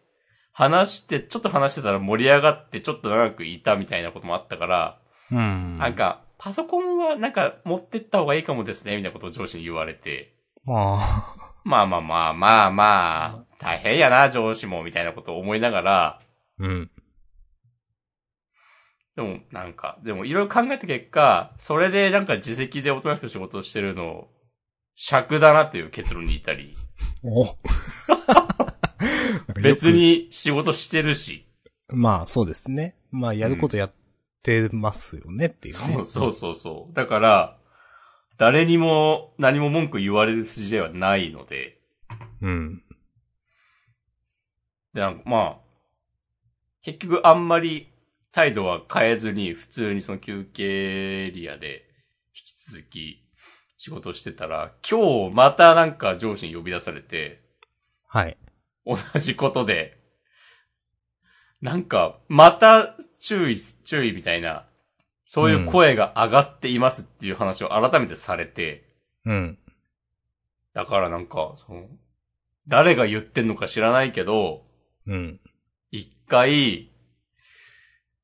Speaker 2: 話して、ちょっと話してたら盛り上がってちょっと長くいたみたいなこともあったから、
Speaker 1: うん。
Speaker 2: なん。か、パソコンはなんか持ってった方がいいかもですね、みたいなことを上司に言われて、
Speaker 1: ああ。
Speaker 2: まあまあまあまあまあ、大変やな、上司も、みたいなことを思いながら、
Speaker 1: うん。
Speaker 2: でもなんか、でもいろいろ考えた結果、それでなんか自責でおとなしく仕事をしてるのを、尺だなという結論に至り、
Speaker 1: お
Speaker 2: 別。に仕事してるし、
Speaker 1: まあそうですね。まあやることやってますよねっていうね。
Speaker 2: そうそうそうそう。だから、誰にも何も文句言われる筋ではないので、
Speaker 1: うん。
Speaker 2: で、なんかまあ、結局あんまり態度は変えずに、普通にその休憩エリアで引き続き仕事をしてたら、今日またなんか上司に呼び出されて、
Speaker 1: はい。
Speaker 2: 同じことで、なんか、また注意、注意みたいな、そういう声が上がっていますっていう話を改めてされて、
Speaker 1: うん。
Speaker 2: だからなんか、その、誰が言ってんのか知らないけど、
Speaker 1: うん。
Speaker 2: 一回、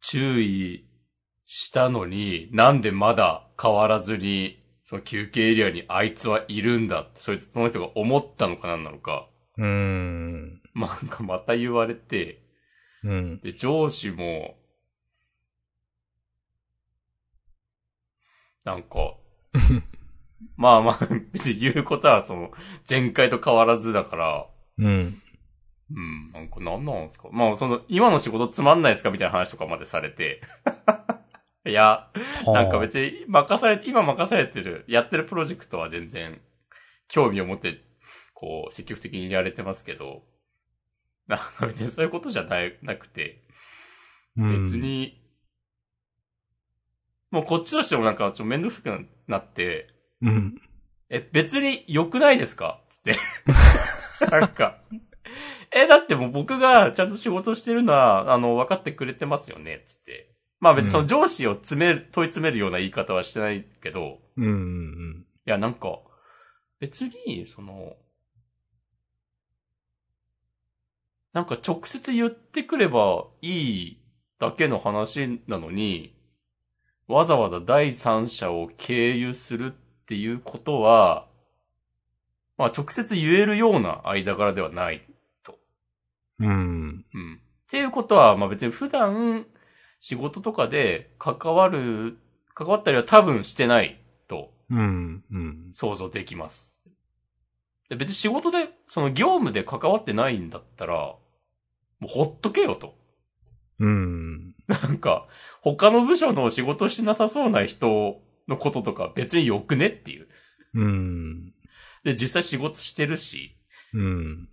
Speaker 2: 注意したのに、なんでまだ変わらずに、その休憩エリアにあいつはいるんだって、そいつ、その人が思ったのかなんなのか、
Speaker 1: うーん。
Speaker 2: まあなんかまた言われて、
Speaker 1: うん。
Speaker 2: で、上司も、なんか、まあまあ、別に言うことはその、前回と変わらずだから、
Speaker 1: うん。
Speaker 2: うん、なんかなんなんですかまあ、その、今の仕事つまんないですかみたいな話とかまでされて。 いや、なんか別に、任され、今任されてる、やってるプロジェクトは全然、興味を持って、こう、積極的にやれてますけど、なんか別にそういうことじゃない、なくて、
Speaker 1: うん
Speaker 2: 別。に、もうこっちとしてもなんか、ちょっとめんどくさくなって、
Speaker 1: うん。
Speaker 2: え、別に良くないですかつって。 なんか。え、だってもう僕がちゃんと仕事してるのは、あの、分かってくれてますよねつって。まあ別にその上司を詰める、問い詰めるような言い方はしてないけど、
Speaker 1: うん。うん。
Speaker 2: いや、なんか、別に、その、なんか直接言ってくればいいだけの話なのに、わざわざ第三者を経由するっっていうことは、まあ直接言えるような間柄ではない。
Speaker 1: うん。
Speaker 2: うん。っていうことは、まあ別に普段仕事とかで関わる、関わったりは多分してないと
Speaker 1: うん。うん。
Speaker 2: 想像できます。で別に仕事で、その業務で関わってないんだったら、もうほっとけよと。
Speaker 1: うん。
Speaker 2: なんか、他の部署の仕事してなさそうな人のこととか別によくねっていう。
Speaker 1: うん。
Speaker 2: で、実際仕事してるし、
Speaker 1: うん。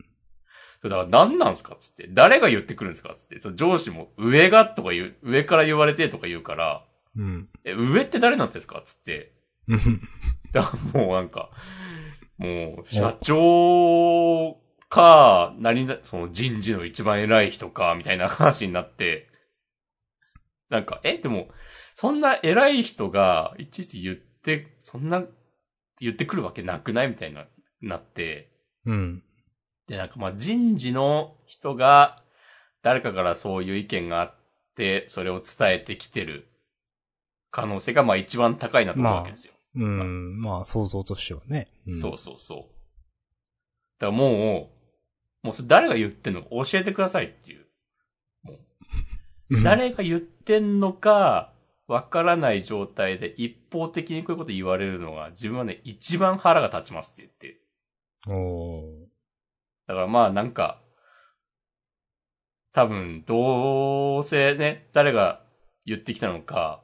Speaker 2: だから何なんすかっつって。誰が言ってくるんですかっつって。その上司も上がとか言う、上から言われてとか言うから、
Speaker 1: うん。
Speaker 2: え、上って誰なんですかっつって。
Speaker 1: うん。
Speaker 2: だから もうなんか、もう、社長か、何だ、その人事の一番偉い人か、みたいな話になって、なんか、え、でも、そんな偉い人が、いちいち言って、そんな、言ってくるわけなくないみたいな、なって、
Speaker 1: うん。
Speaker 2: で、なんかまあ人事の人が、誰かからそういう意見があって、それを伝えてきてる可能性がまあ一番高いなと思うわけですよ。
Speaker 1: うん。まあ、想像としてはね。ん
Speaker 2: そうそうそう。だからもう、もうそれ誰が言ってんのか教えてくださいっていう。
Speaker 1: うん。
Speaker 2: 誰が言ってんのか、わからない状態で一方的にこういうこと言われるのが自分はね、一番腹が立ちますって言って。
Speaker 1: おー
Speaker 2: だからまあなんか、多分、どうせね、誰が言ってきたのか、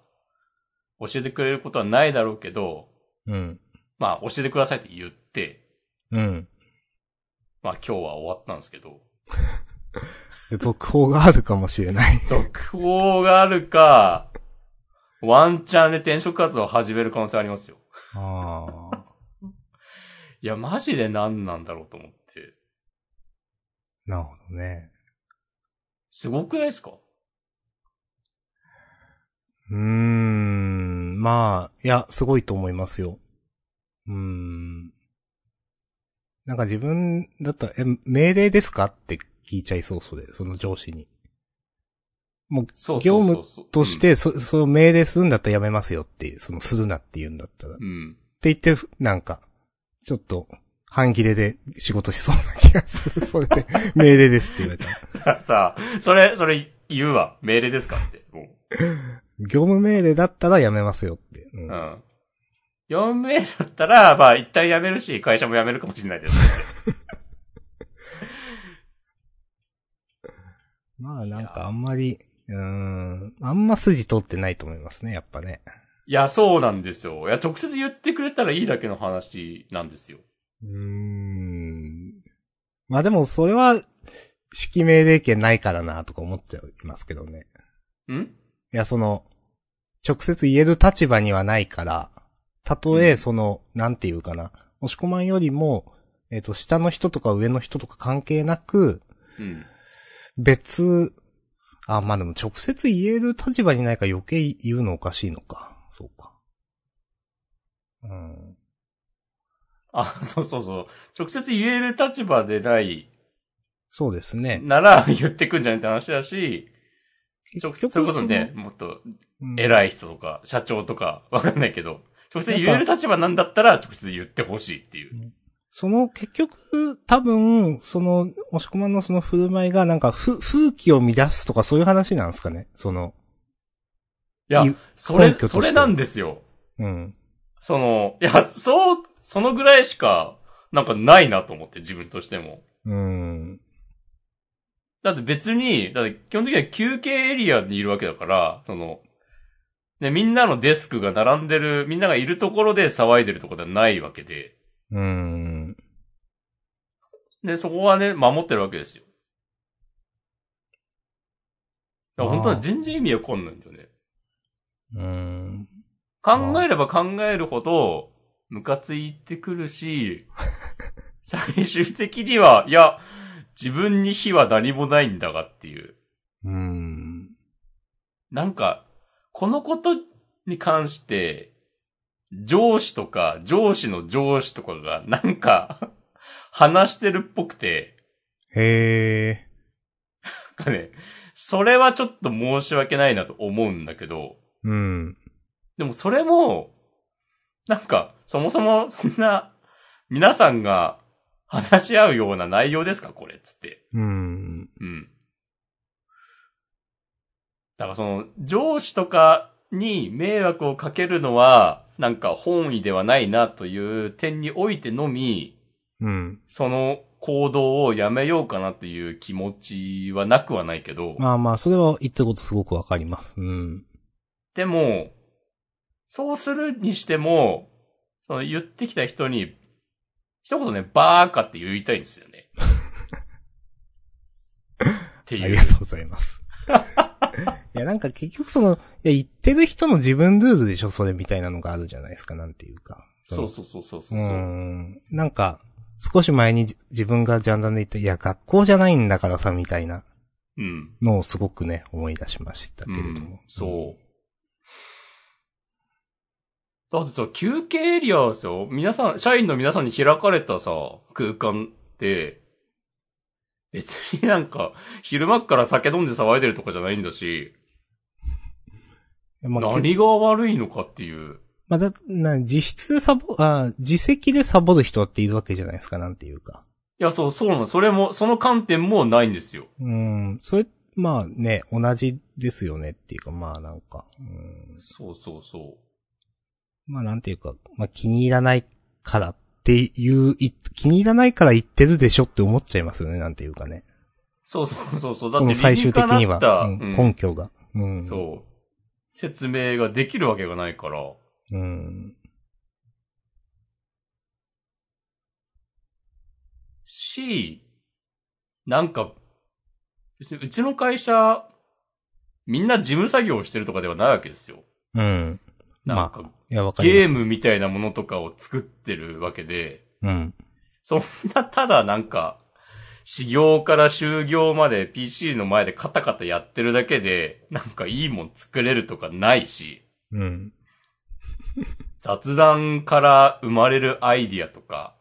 Speaker 2: 教えてくれることはないだろうけど、
Speaker 1: うん。
Speaker 2: まあ教えてくださいって言って、
Speaker 1: うん。
Speaker 2: まあ今日は終わったんですけど、
Speaker 1: で続報があるかもしれない。
Speaker 2: 続報があるか、ワンチャンで転職活動を始める可能性ありますよ。
Speaker 1: ああ。
Speaker 2: いや、マジで何なんだろうと思って。
Speaker 1: なるほどね。
Speaker 2: すごくないですか
Speaker 1: うーん。まあ、いや、すごいと思いますよ。うーん。なんか自分だったら、え、命令ですかって聞いちゃいそう、それ。その上司に。もう、
Speaker 2: そうそうそうそう。
Speaker 1: とし、て、そ、その命令するんだったらやめますよっていう、そのするなって言うんだったら。っ
Speaker 2: うん。うん。
Speaker 1: て言って、なんか、ちょっと、半切れで仕事しそうな気がする。それで、命令ですって言われたら。
Speaker 2: さあ、それ、それ言うわ。命令ですかって。も
Speaker 1: 業務命令だったらやめますよって。う
Speaker 2: う。
Speaker 1: ん
Speaker 2: うん。4名だったら、まあ、一旦辞めるし、会社も辞めるかもしれないです。
Speaker 1: まあなんかあんまり、うーん、あんま筋通ってないと思いますね、やっぱね。
Speaker 2: いや、そうなんですよ。いや、直接言ってくれたらいいだけの話なんですよ。
Speaker 1: うーん。まあでもそれは、指揮命令権ないからなとか思っちゃいますけどね。
Speaker 2: ん
Speaker 1: いや、その、直接言える立場にはないから、たと
Speaker 2: う
Speaker 1: え
Speaker 2: ん
Speaker 1: その、なんていうかな、押し込まんよりも、えっ、と、下の人とか上の人とか関係なく、
Speaker 2: うん。
Speaker 1: 別、あ、まあでも直接言える立場にないから余計言うのおかしいのか。そうか。うん。
Speaker 2: あ、そうそうそう。直接言える立場でない
Speaker 1: そうですね。
Speaker 2: なら言ってくんじゃないって話だし、直接、
Speaker 1: 結
Speaker 2: それ
Speaker 1: 局
Speaker 2: こそ
Speaker 1: の
Speaker 2: ね、、もっと
Speaker 1: うん
Speaker 2: 偉い人とか、社長とか、わかんないけど、直接言える立場なんだったら、直接言ってほしいっていう。
Speaker 1: その、結局、多分、その、押し込まんのその振る舞いが、なんか、ふ、風紀を乱すとかそういう話なんですかね。その、
Speaker 2: いや
Speaker 1: い、
Speaker 2: それ
Speaker 1: 根拠と、して
Speaker 2: それなんですよ。
Speaker 1: うん。
Speaker 2: その、いや、そう、そのぐらいしか、なんかないなと思って、自分としても。
Speaker 1: うん。
Speaker 2: だって別に、だって基本的には休憩エリアにいるわけだから、その、ね、みんなのデスクが並んでる、みんながいるところで騒いでるところではないわけで、
Speaker 1: うん。
Speaker 2: で、そこはね、守ってるわけですよ。だから本当は全然意味わかんないんだよね。
Speaker 1: うん。
Speaker 2: 考えれば考えるほど、ムカついてくるし、最終的には、いや、自分に非は何もないんだがっていう。
Speaker 1: うん。
Speaker 2: なんか、このことに関して、上司とか、上司の上司とかが、なんか、話してるっぽくて、
Speaker 1: へえ。
Speaker 2: なんかね、それはちょっと申し訳ないなと思うんだけど、
Speaker 1: うん。
Speaker 2: でもそれも、なんか、そもそも、そんな、皆さんが話し合うような内容ですかこれ、つって。
Speaker 1: うん。
Speaker 2: うん。だからその、上司とかに迷惑をかけるのは、なんか本意ではないなという点においてのみ、
Speaker 1: うん。
Speaker 2: その行動をやめようかなという気持ちはなくはないけど、
Speaker 1: まあまあ、それは言ってることすごくわかります。うん。
Speaker 2: でも、そうするにしても、その言ってきた人に、一言ね、バーカって言いたいんです よね。って
Speaker 1: あ
Speaker 2: い
Speaker 1: り
Speaker 2: う
Speaker 1: が。とうござい ます。いや、なんか結局その、いや、言ってる人の自分ルールでしょ、それみたいなのがあるじゃないですか、なんていうか。
Speaker 2: そうそうそうそうそうう。
Speaker 1: ん。なんか、少し前にじ自分がジャンダンで言った、いや、学校じゃないんだからさ、みたいな
Speaker 2: うん。
Speaker 1: のをすごくね、思い出しましたけれども。
Speaker 2: うんそう。だってさ、休憩エリアですよ。皆さん、社員の皆さんに開かれたさ、空間って、別になんか、昼間っから酒飲んで騒いでるとかじゃないんだし、
Speaker 1: う。まあ、け
Speaker 2: 何が悪いのかっていう。
Speaker 1: まあ、だ、な、実質でサボ、あ自責でサボる人っているわけじゃないですか、なんていうか。
Speaker 2: いや、そう、そうなの。それも、その観点もないんですよ。
Speaker 1: うん。それ、まあね、同じですよねっていうか、まあなんか、うん。
Speaker 2: そうそうそ
Speaker 1: まあなんていうか、まあ気に入らないからっていう、い気に入らないから言ってるでしょって思っちゃいますよね、なんていうかね。
Speaker 2: う。そうそうそうそう。だって
Speaker 1: その最終的に
Speaker 2: 理にか
Speaker 1: は、
Speaker 2: なっ
Speaker 1: う
Speaker 2: た
Speaker 1: ん
Speaker 2: うん
Speaker 1: 根拠が。うん。
Speaker 2: そう。説明ができるわけがないから。
Speaker 1: う。うん。
Speaker 2: し、なんか、別にうちの会社、みんな事務作業をしてるとかではないわけですよ。
Speaker 1: うん。
Speaker 2: なんか、
Speaker 1: いや、わかります。
Speaker 2: ゲームみたいなものとかを作ってるわけで、
Speaker 1: うん。
Speaker 2: そんな、ただなんか、修行から就業まで PC の前でカタカタやってるだけで、なんかいいもん作れるとかないし、
Speaker 1: うん。
Speaker 2: 雑談から生まれるアイディアとか、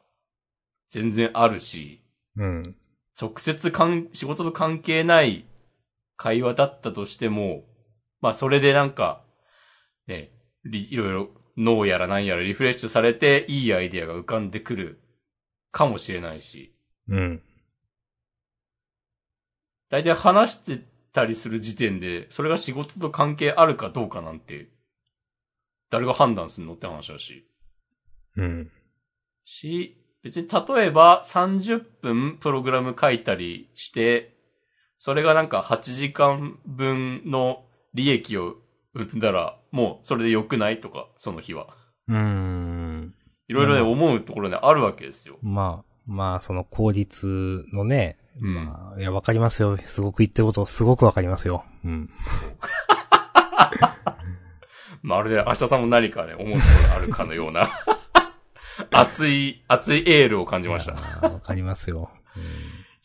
Speaker 2: 全然あるし、
Speaker 1: うん。
Speaker 2: 直接かん、仕事と関係ない会話だったとしても、まあそれでなんか、ね、りいろいろ脳やらなんやらリフレッシュされていいアイディアが浮かんでくるかもしれないし、
Speaker 1: うん。
Speaker 2: 大体話してたりする時点で、それが仕事と関係あるかどうかなんて、誰が判断するのって話だし。
Speaker 1: うん。
Speaker 2: し、別に例えば30分プログラム書いたりして、それがなんか8時間分の利益を生んだら、もうそれで良くないとか、その日は。
Speaker 1: うん。
Speaker 2: いろいろね、
Speaker 1: うん
Speaker 2: 思うところね、あるわけですよ。
Speaker 1: まあ、まあ、その効率のね、
Speaker 2: うん
Speaker 1: まあ、いや、わかりますよ。すごく言ってること、すごくわかりますよ。うん。
Speaker 2: まるで明日さんも何かね、思うところあるかのような。 熱い、熱いエールを感じました。
Speaker 1: た。わかりますよ。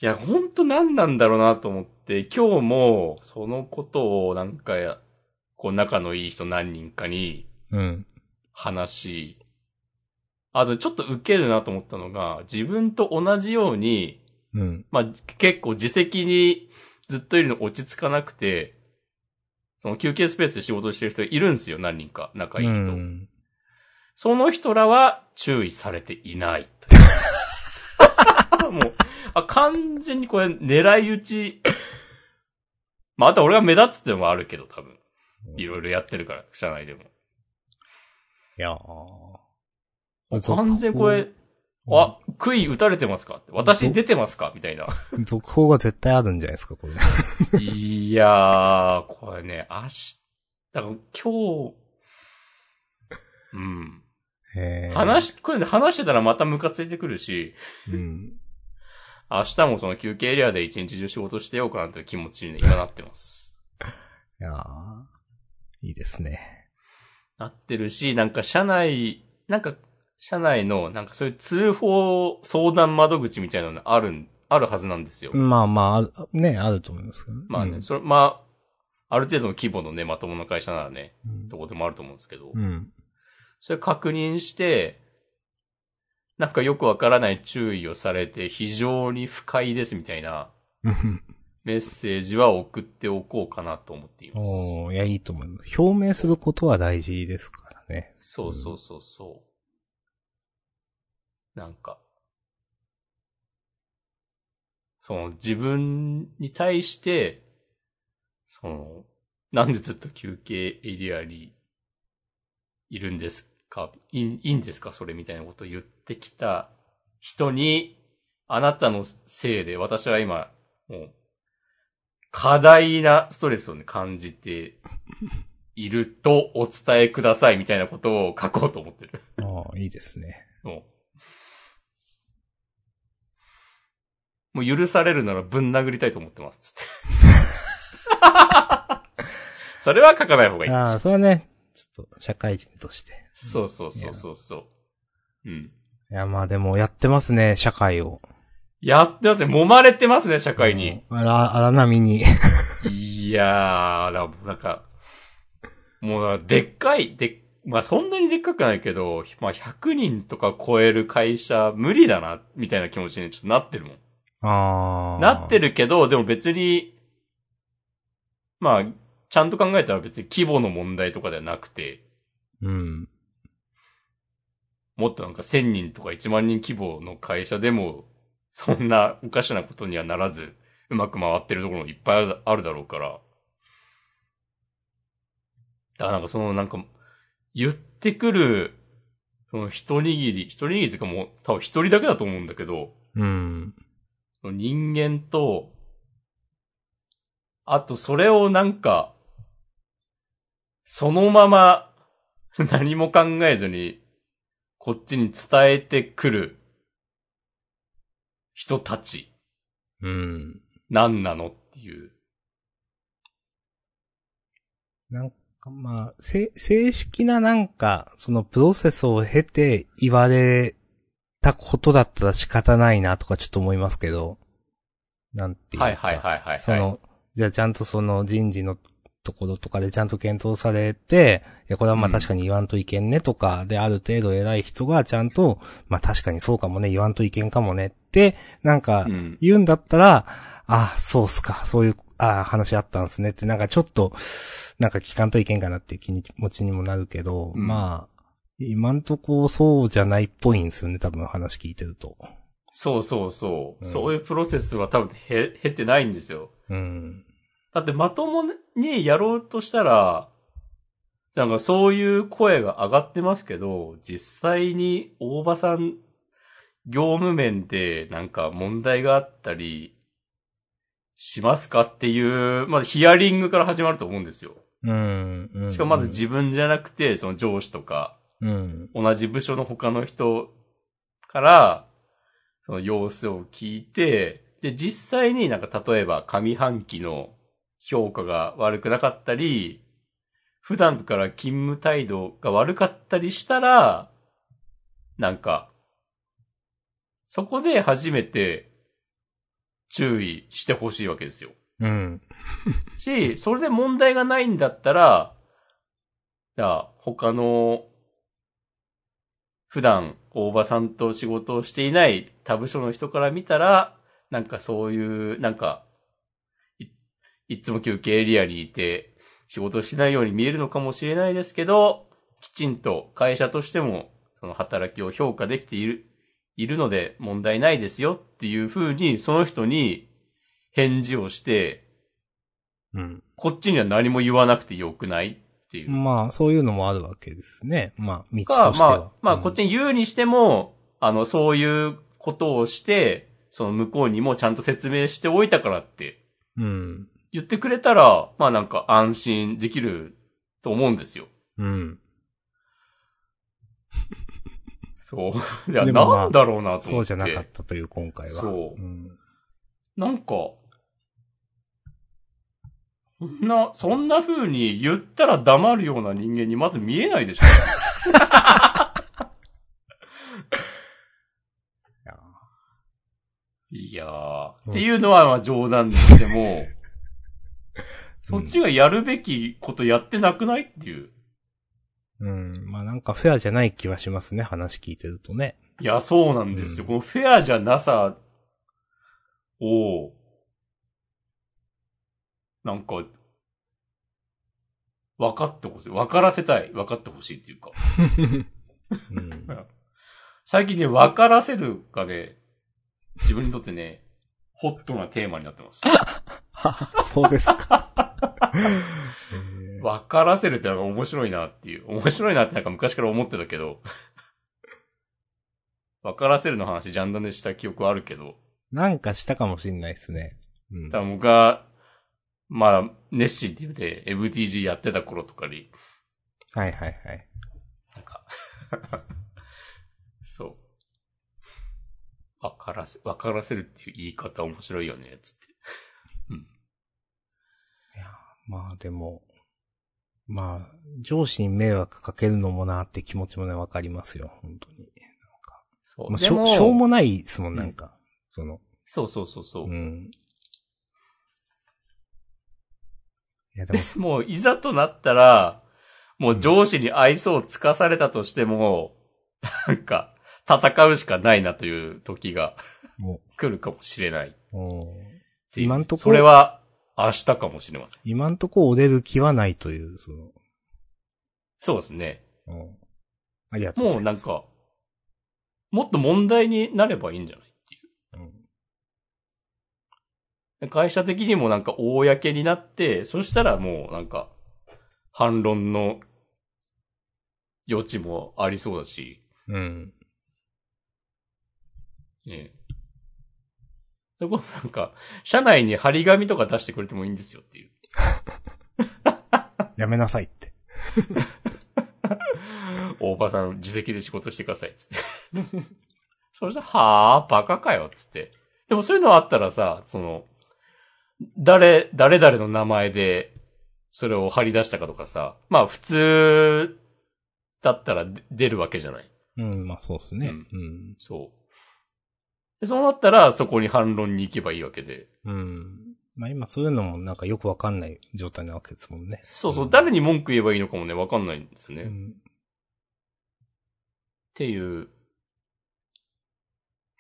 Speaker 2: いや、ほんと何なんだろうなと思って、今日も、そのことをなんかや、こう仲のいい人何人かに
Speaker 1: うん。うん。
Speaker 2: 話し、あとちょっとウケるなと思ったのが、自分と同じように、
Speaker 1: うん。
Speaker 2: まあ、結構自責にずっといるの落ち着かなくて、その休憩スペースで仕事してる人いるんですよ、何人か、仲いい人。
Speaker 1: うん
Speaker 2: その人らは注意されていない。もう、 あ、完全にこれ狙い撃ち。まあ、あと俺が目立つってのもあるけど、多分。いろいろやってるから、社内でも。
Speaker 1: いやー
Speaker 2: 完全これ、、あ、杭打たれてますかって私出てますかみたいな。
Speaker 1: 続報続報が絶対あるんじゃないですか、 これ。
Speaker 2: いやー、これね、明日、だから今日、うん。
Speaker 1: へー、
Speaker 2: 話し、これね話してたらまたムカついてくるし、
Speaker 1: うん。
Speaker 2: 明日もその休憩エリアで一日中仕事してようかなという気持ちにね今なってます。
Speaker 1: いやーいいですね。
Speaker 2: なってるし、なんか社内、なんか社内の、なんかそういう通報相談窓口みたいなのあるん、あるはずなんですよ。
Speaker 1: まあまあある、ね、あると思いますけど、
Speaker 2: まあね、
Speaker 1: うん
Speaker 2: それ、まあ、ある程度の規模のね、まともな会社ならね、
Speaker 1: うん
Speaker 2: どこでもあると思うんですけど、
Speaker 1: うん。
Speaker 2: それ確認して、なんかよくわからない注意をされて非常に不快ですみたいな
Speaker 1: うん。
Speaker 2: メッセージは送っておこうかなと思っています。
Speaker 1: おーいや、いいと思います。表明することは大事ですからね。
Speaker 2: そうそうそうそう。なんか、その自分に対して、その、なんでずっと休憩エリアにいるんですかいいいいんですかそれみたいなことを言ってきた人に、あなたのせいで私は今、もう、過大なストレスをね、感じているとお伝えくださいみたいなことを書こうと思ってる。
Speaker 1: ああ、いいですね。
Speaker 2: もう。もう許されるならぶん殴りたいと思ってます、つって。 それは書かない方がいい。
Speaker 1: ああ、それはね、ちょっと社会人として。
Speaker 2: そうそうそうそうそう。うん。
Speaker 1: いや、まあでもやってますね、社会を。
Speaker 2: やってますね。揉まれてますね、社会に。
Speaker 1: うん。荒、荒波に。
Speaker 2: いやー、だなんか、もう、でっかい、でっ、まあ、そんなにでっかくないけど、まあ、100人とか超える会社無理だな、みたいな気持ちにちょっとなってるもん。
Speaker 1: ああ。
Speaker 2: なって
Speaker 1: る。
Speaker 2: るけど、でも別に、まあ、ちゃんと考えたら別に規模の問題とかではなくて、
Speaker 1: うん。
Speaker 2: もっとなんか1000人とか1万人規模の会社でも、そんなおかしなことにはならず、うまく回ってるところもいっぱいあるあるだろうから。だからなんかそのなんか、言ってくる、その一握り、一握りというかもう多分一人だけだと思うんだけど、
Speaker 1: うん。
Speaker 2: 人間と、あとそれをなんか、そのまま 何も考えずに、こっちに伝えてくる人たち、
Speaker 1: うん。
Speaker 2: 何なのっていう。
Speaker 1: なんかまあ、せ、正式ななんか、そのプロセスを経て言われたことだったら仕方ないなとかちょっと思いますけど、なんていうか。
Speaker 2: はいはいはいはい、はい。
Speaker 1: その、じゃあちゃんとその人事のところとかでちゃんと検討されて、いや、これはまあ
Speaker 2: うん
Speaker 1: 確かに言わんといけんねとか、で、ある程度偉い人がちゃんと、まあ確かにそうかもね、言わんといけんかもねって、なんか
Speaker 2: う、ん。
Speaker 1: 言うんだったら、あ、そうっすか、そういう、あ話あったんすねって、なんかちょっと、なんか聞かんといけんかなっていう気持ちにもなるけど、
Speaker 2: うん
Speaker 1: まあ、今んとこそうじゃないっぽいんですよね、多分話聞いてると。
Speaker 2: そうそうそう。
Speaker 1: うん
Speaker 2: そういうプロセスは多分へ、経てないんですよ。
Speaker 1: うん。
Speaker 2: だってまともにやろうとしたら、なんかそういう声が上がってますけど、実際に大場さん、業務面でなんか問題があったり、しますかっていう、まずヒアリングから始まると思うんですよ。
Speaker 1: うん。うん
Speaker 2: しかもまず、自分じゃなくて、その上司とか、
Speaker 1: うん。
Speaker 2: 同じ部署の他の人から、その様子を聞いて、で、実際になんか例えば上半期の評価が悪くなかったり、普段から勤務態度が悪かったりしたら、なんか、そこで初めて注意してほしいわけですよ。
Speaker 1: うん。
Speaker 2: し、それで問題がないんだったら、じゃあ、他の、普段、大場さんと仕事をしていない他部署の人から見たら、なんかそういう、なんか、い、いつも休憩エリアにいて、仕事をしてないように見えるのかもしれないですけど、きちんと会社としても、その働きを評価できている、いるので問題ないですよっていう風に、その人に返事をして、
Speaker 1: うん。
Speaker 2: こっちには何も言わなくてよくないっていう。
Speaker 1: まあ、そういうのもあるわけですね。まあ、道として
Speaker 2: か、
Speaker 1: は。
Speaker 2: まあ、まあ、こっち
Speaker 1: に。
Speaker 2: に言うにしても、あの、そういうことをして、その向こうにもちゃんと説明しておいたからって
Speaker 1: うん。
Speaker 2: 言ってくれたら、まあなんか安心できると思うんですよ。
Speaker 1: うん。
Speaker 2: そう。いや、
Speaker 1: でもまあ
Speaker 2: なんだろうなと思って。
Speaker 1: そうじゃなかったという、今回は。
Speaker 2: そう
Speaker 1: うん。
Speaker 2: なんか、そんな、そんな風に言ったら黙るような人間にまず見えないでしょ。 いやー。
Speaker 1: うん
Speaker 2: っていうのは、まあ冗談にしても、そっちがやるべきことやってなくないっていう。
Speaker 1: うん。まあ、なんかフェアじゃない気はしますね、話聞いてるとね。
Speaker 2: いや、そうなんですよ。
Speaker 1: うん
Speaker 2: このフェアじゃなさを、なんか、分かってほしい。分からせたい。分かってほしいっていうか。
Speaker 1: うん。
Speaker 2: 最近ね、分からせるがね、自分にとってね、ホットなテーマになっ てます。
Speaker 1: そうですか。えー
Speaker 2: 分からせるってなんか面白いなっていう。面白いなってなんか昔から思ってたけど。分からせるの話、ジャンダンでした記憶はあるけど。
Speaker 1: なんかしたかもしんないですね。うん
Speaker 2: た。だ僕が、まあ、熱心って言って、MTG やってた頃とかに、
Speaker 1: はいはいはい。
Speaker 2: なんか、そう。わからせ、わからせるっていう言い方面白いよね、つって。
Speaker 1: まあでも、まあ、上司に迷惑かけるのもなって気持ちもね、わかりますよ、本当に。
Speaker 2: そう。
Speaker 1: まあ、
Speaker 2: で
Speaker 1: しょ
Speaker 2: も
Speaker 1: しょうもないですもん、なんか。その、
Speaker 2: そうそうそうそうう。
Speaker 1: ん。いやでも、
Speaker 2: もう、いざとなったら、もう上司に愛想をつかされたとしても、なんか、戦うしかないなという時が
Speaker 1: も
Speaker 2: 来るかもしれないっ
Speaker 1: う、うん
Speaker 2: ていう
Speaker 1: 今んとこ
Speaker 2: それは、明日かもしれません。
Speaker 1: 今んとこ折れる気はないという、その、
Speaker 2: そうですね。
Speaker 1: うん。ありがとうござ
Speaker 2: もう
Speaker 1: い
Speaker 2: な
Speaker 1: ま
Speaker 2: ん
Speaker 1: す。
Speaker 2: か、もっと問題になればいいんじゃないっていうう。会社的にもなんか公になって、そしたらもうなんか、反論の余地もありそうだし、
Speaker 1: うん。
Speaker 2: ねえ。それこそなんか、社内に張り紙とか出してくれてもいいんですよっていう。
Speaker 1: やめなさいって。
Speaker 2: 大場さん、自責で仕事してください、つって。 そしたら、はあ、バカかよ、つって。でもそういうのあったらさ、その、誰、誰々の名前で、それを貼り出したかとかさ、まあ普通だったらで出るわけじゃない。
Speaker 1: うん、まあそうですね。うん。
Speaker 2: そう。で、そうなったら、そこに反論に行けばいいわけで。
Speaker 1: うん。まあ今そういうのもなんかよくわかんない状態なわけですもんね。
Speaker 2: そうそう、
Speaker 1: ん
Speaker 2: 誰に文句言えばいいのかもね、わかんないんですよね。
Speaker 1: う
Speaker 2: っ
Speaker 1: ん
Speaker 2: ていう。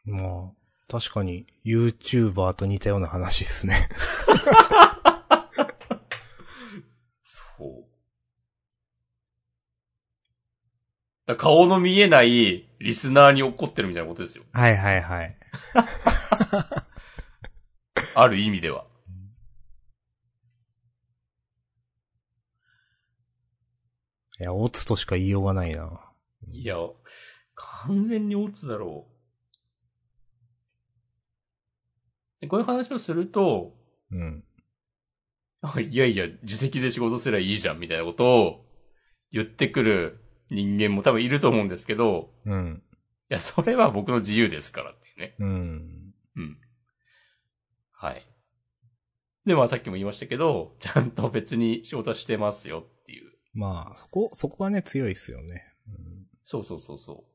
Speaker 1: まあ、確かに YouTuber と似たような話ですね。
Speaker 2: そう。だから顔の見えないリスナーに怒ってるみたいなことですよ。
Speaker 1: はいはいはい。
Speaker 2: ある意味では。
Speaker 1: いや、オツとしか言いようがないな。
Speaker 2: いや、完全にオツだろう。でこういう話をすると、
Speaker 1: うん。
Speaker 2: あ いやいや、自責で仕事すりゃいいじゃんみたいなことを言ってくる人間も多分いると思うんですけど、
Speaker 1: うん。
Speaker 2: いや、それは僕の自由ですからっていうね。
Speaker 1: うん。
Speaker 2: うん。はい。で、まあさっきも言いましたけど、ちゃんと別に仕事はしてますよっていう。
Speaker 1: まあ、そこ、そこはね、強いですよね。
Speaker 2: そうそうそうそう。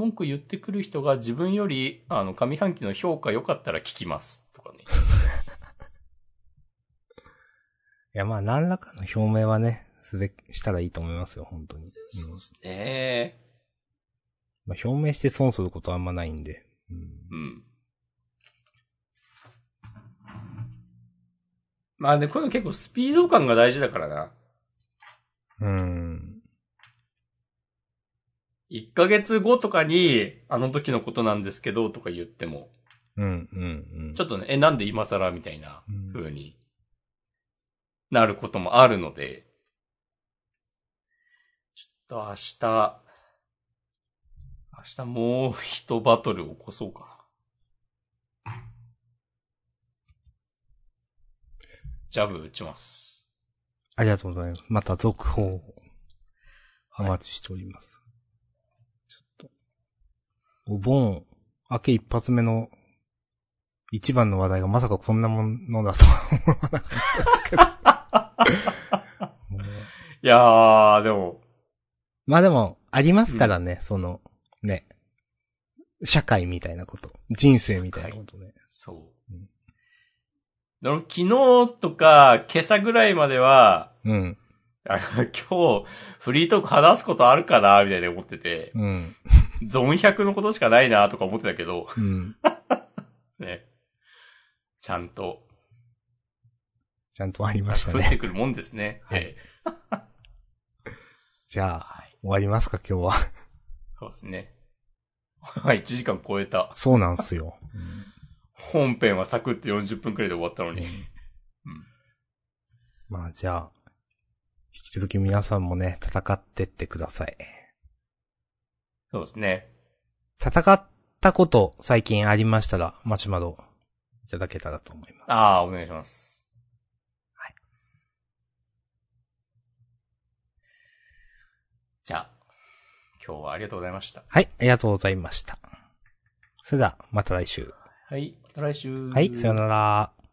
Speaker 2: 文句言ってくる人が自分より、あの、上半期の評価良かったら聞きます。とかね。
Speaker 1: いや、まあ、何らかの表明はね、すべ、したらいいと思いますよ、本当に。うん
Speaker 2: ですね。
Speaker 1: まあ、表明して損することはあんまないんで。うん
Speaker 2: うん。まあね、こういうの結構スピード感が大事だからな。
Speaker 1: うん。
Speaker 2: 1ヶ月後とかに、あの時のことなんですけど、とか言っても、
Speaker 1: うん、うん、うん。
Speaker 2: ちょっとね、え、なんで今更みたいな
Speaker 1: うん
Speaker 2: 風になることもあるので、ちょっと明日、明日もう一バトル起こそうかな。ジャブ打ちます。
Speaker 1: ありがとうございます。また続報をお待ちしております。ちょっと、お盆、明け一発目の一番の話題がまさかこんなものだとは思わなかった ですけど。うん
Speaker 2: いやー、でも、
Speaker 1: まあでも、ありますからね、その、ね。社会みたいなこと。人生みたいなことね。
Speaker 2: そう
Speaker 1: うん。
Speaker 2: でも昨日とか今朝ぐらいまでは、
Speaker 1: うん。
Speaker 2: あ 今日、フリートーク話すことあるかなみたいな思ってて、
Speaker 1: うん。
Speaker 2: ゾン100のことしかな いなとか思ってたけど、
Speaker 1: うん。
Speaker 2: ね。ちゃんと、
Speaker 1: ちゃんとありました
Speaker 2: 降って
Speaker 1: ね。
Speaker 2: くるもんですね。
Speaker 1: はい
Speaker 2: ええ
Speaker 1: じゃあ、終わりますか、今日 は。
Speaker 2: そうですね。 はい、1時間超えた。
Speaker 1: そうなんすよ。
Speaker 2: 本編はサクッと40分くらいで終わったのに。
Speaker 1: まあじゃあ、引き続き皆さんもね、戦ってってください。
Speaker 2: そうですね。
Speaker 1: 戦ったこと最近ありましたら、街窓いただけたらと思います。
Speaker 2: ああ、お願いします。
Speaker 1: はい。
Speaker 2: じゃあ、今日はありがとうございました。
Speaker 1: はい、ありがとうございました。それでは、また来週。
Speaker 2: はい、また来週。
Speaker 1: はい、さよなら。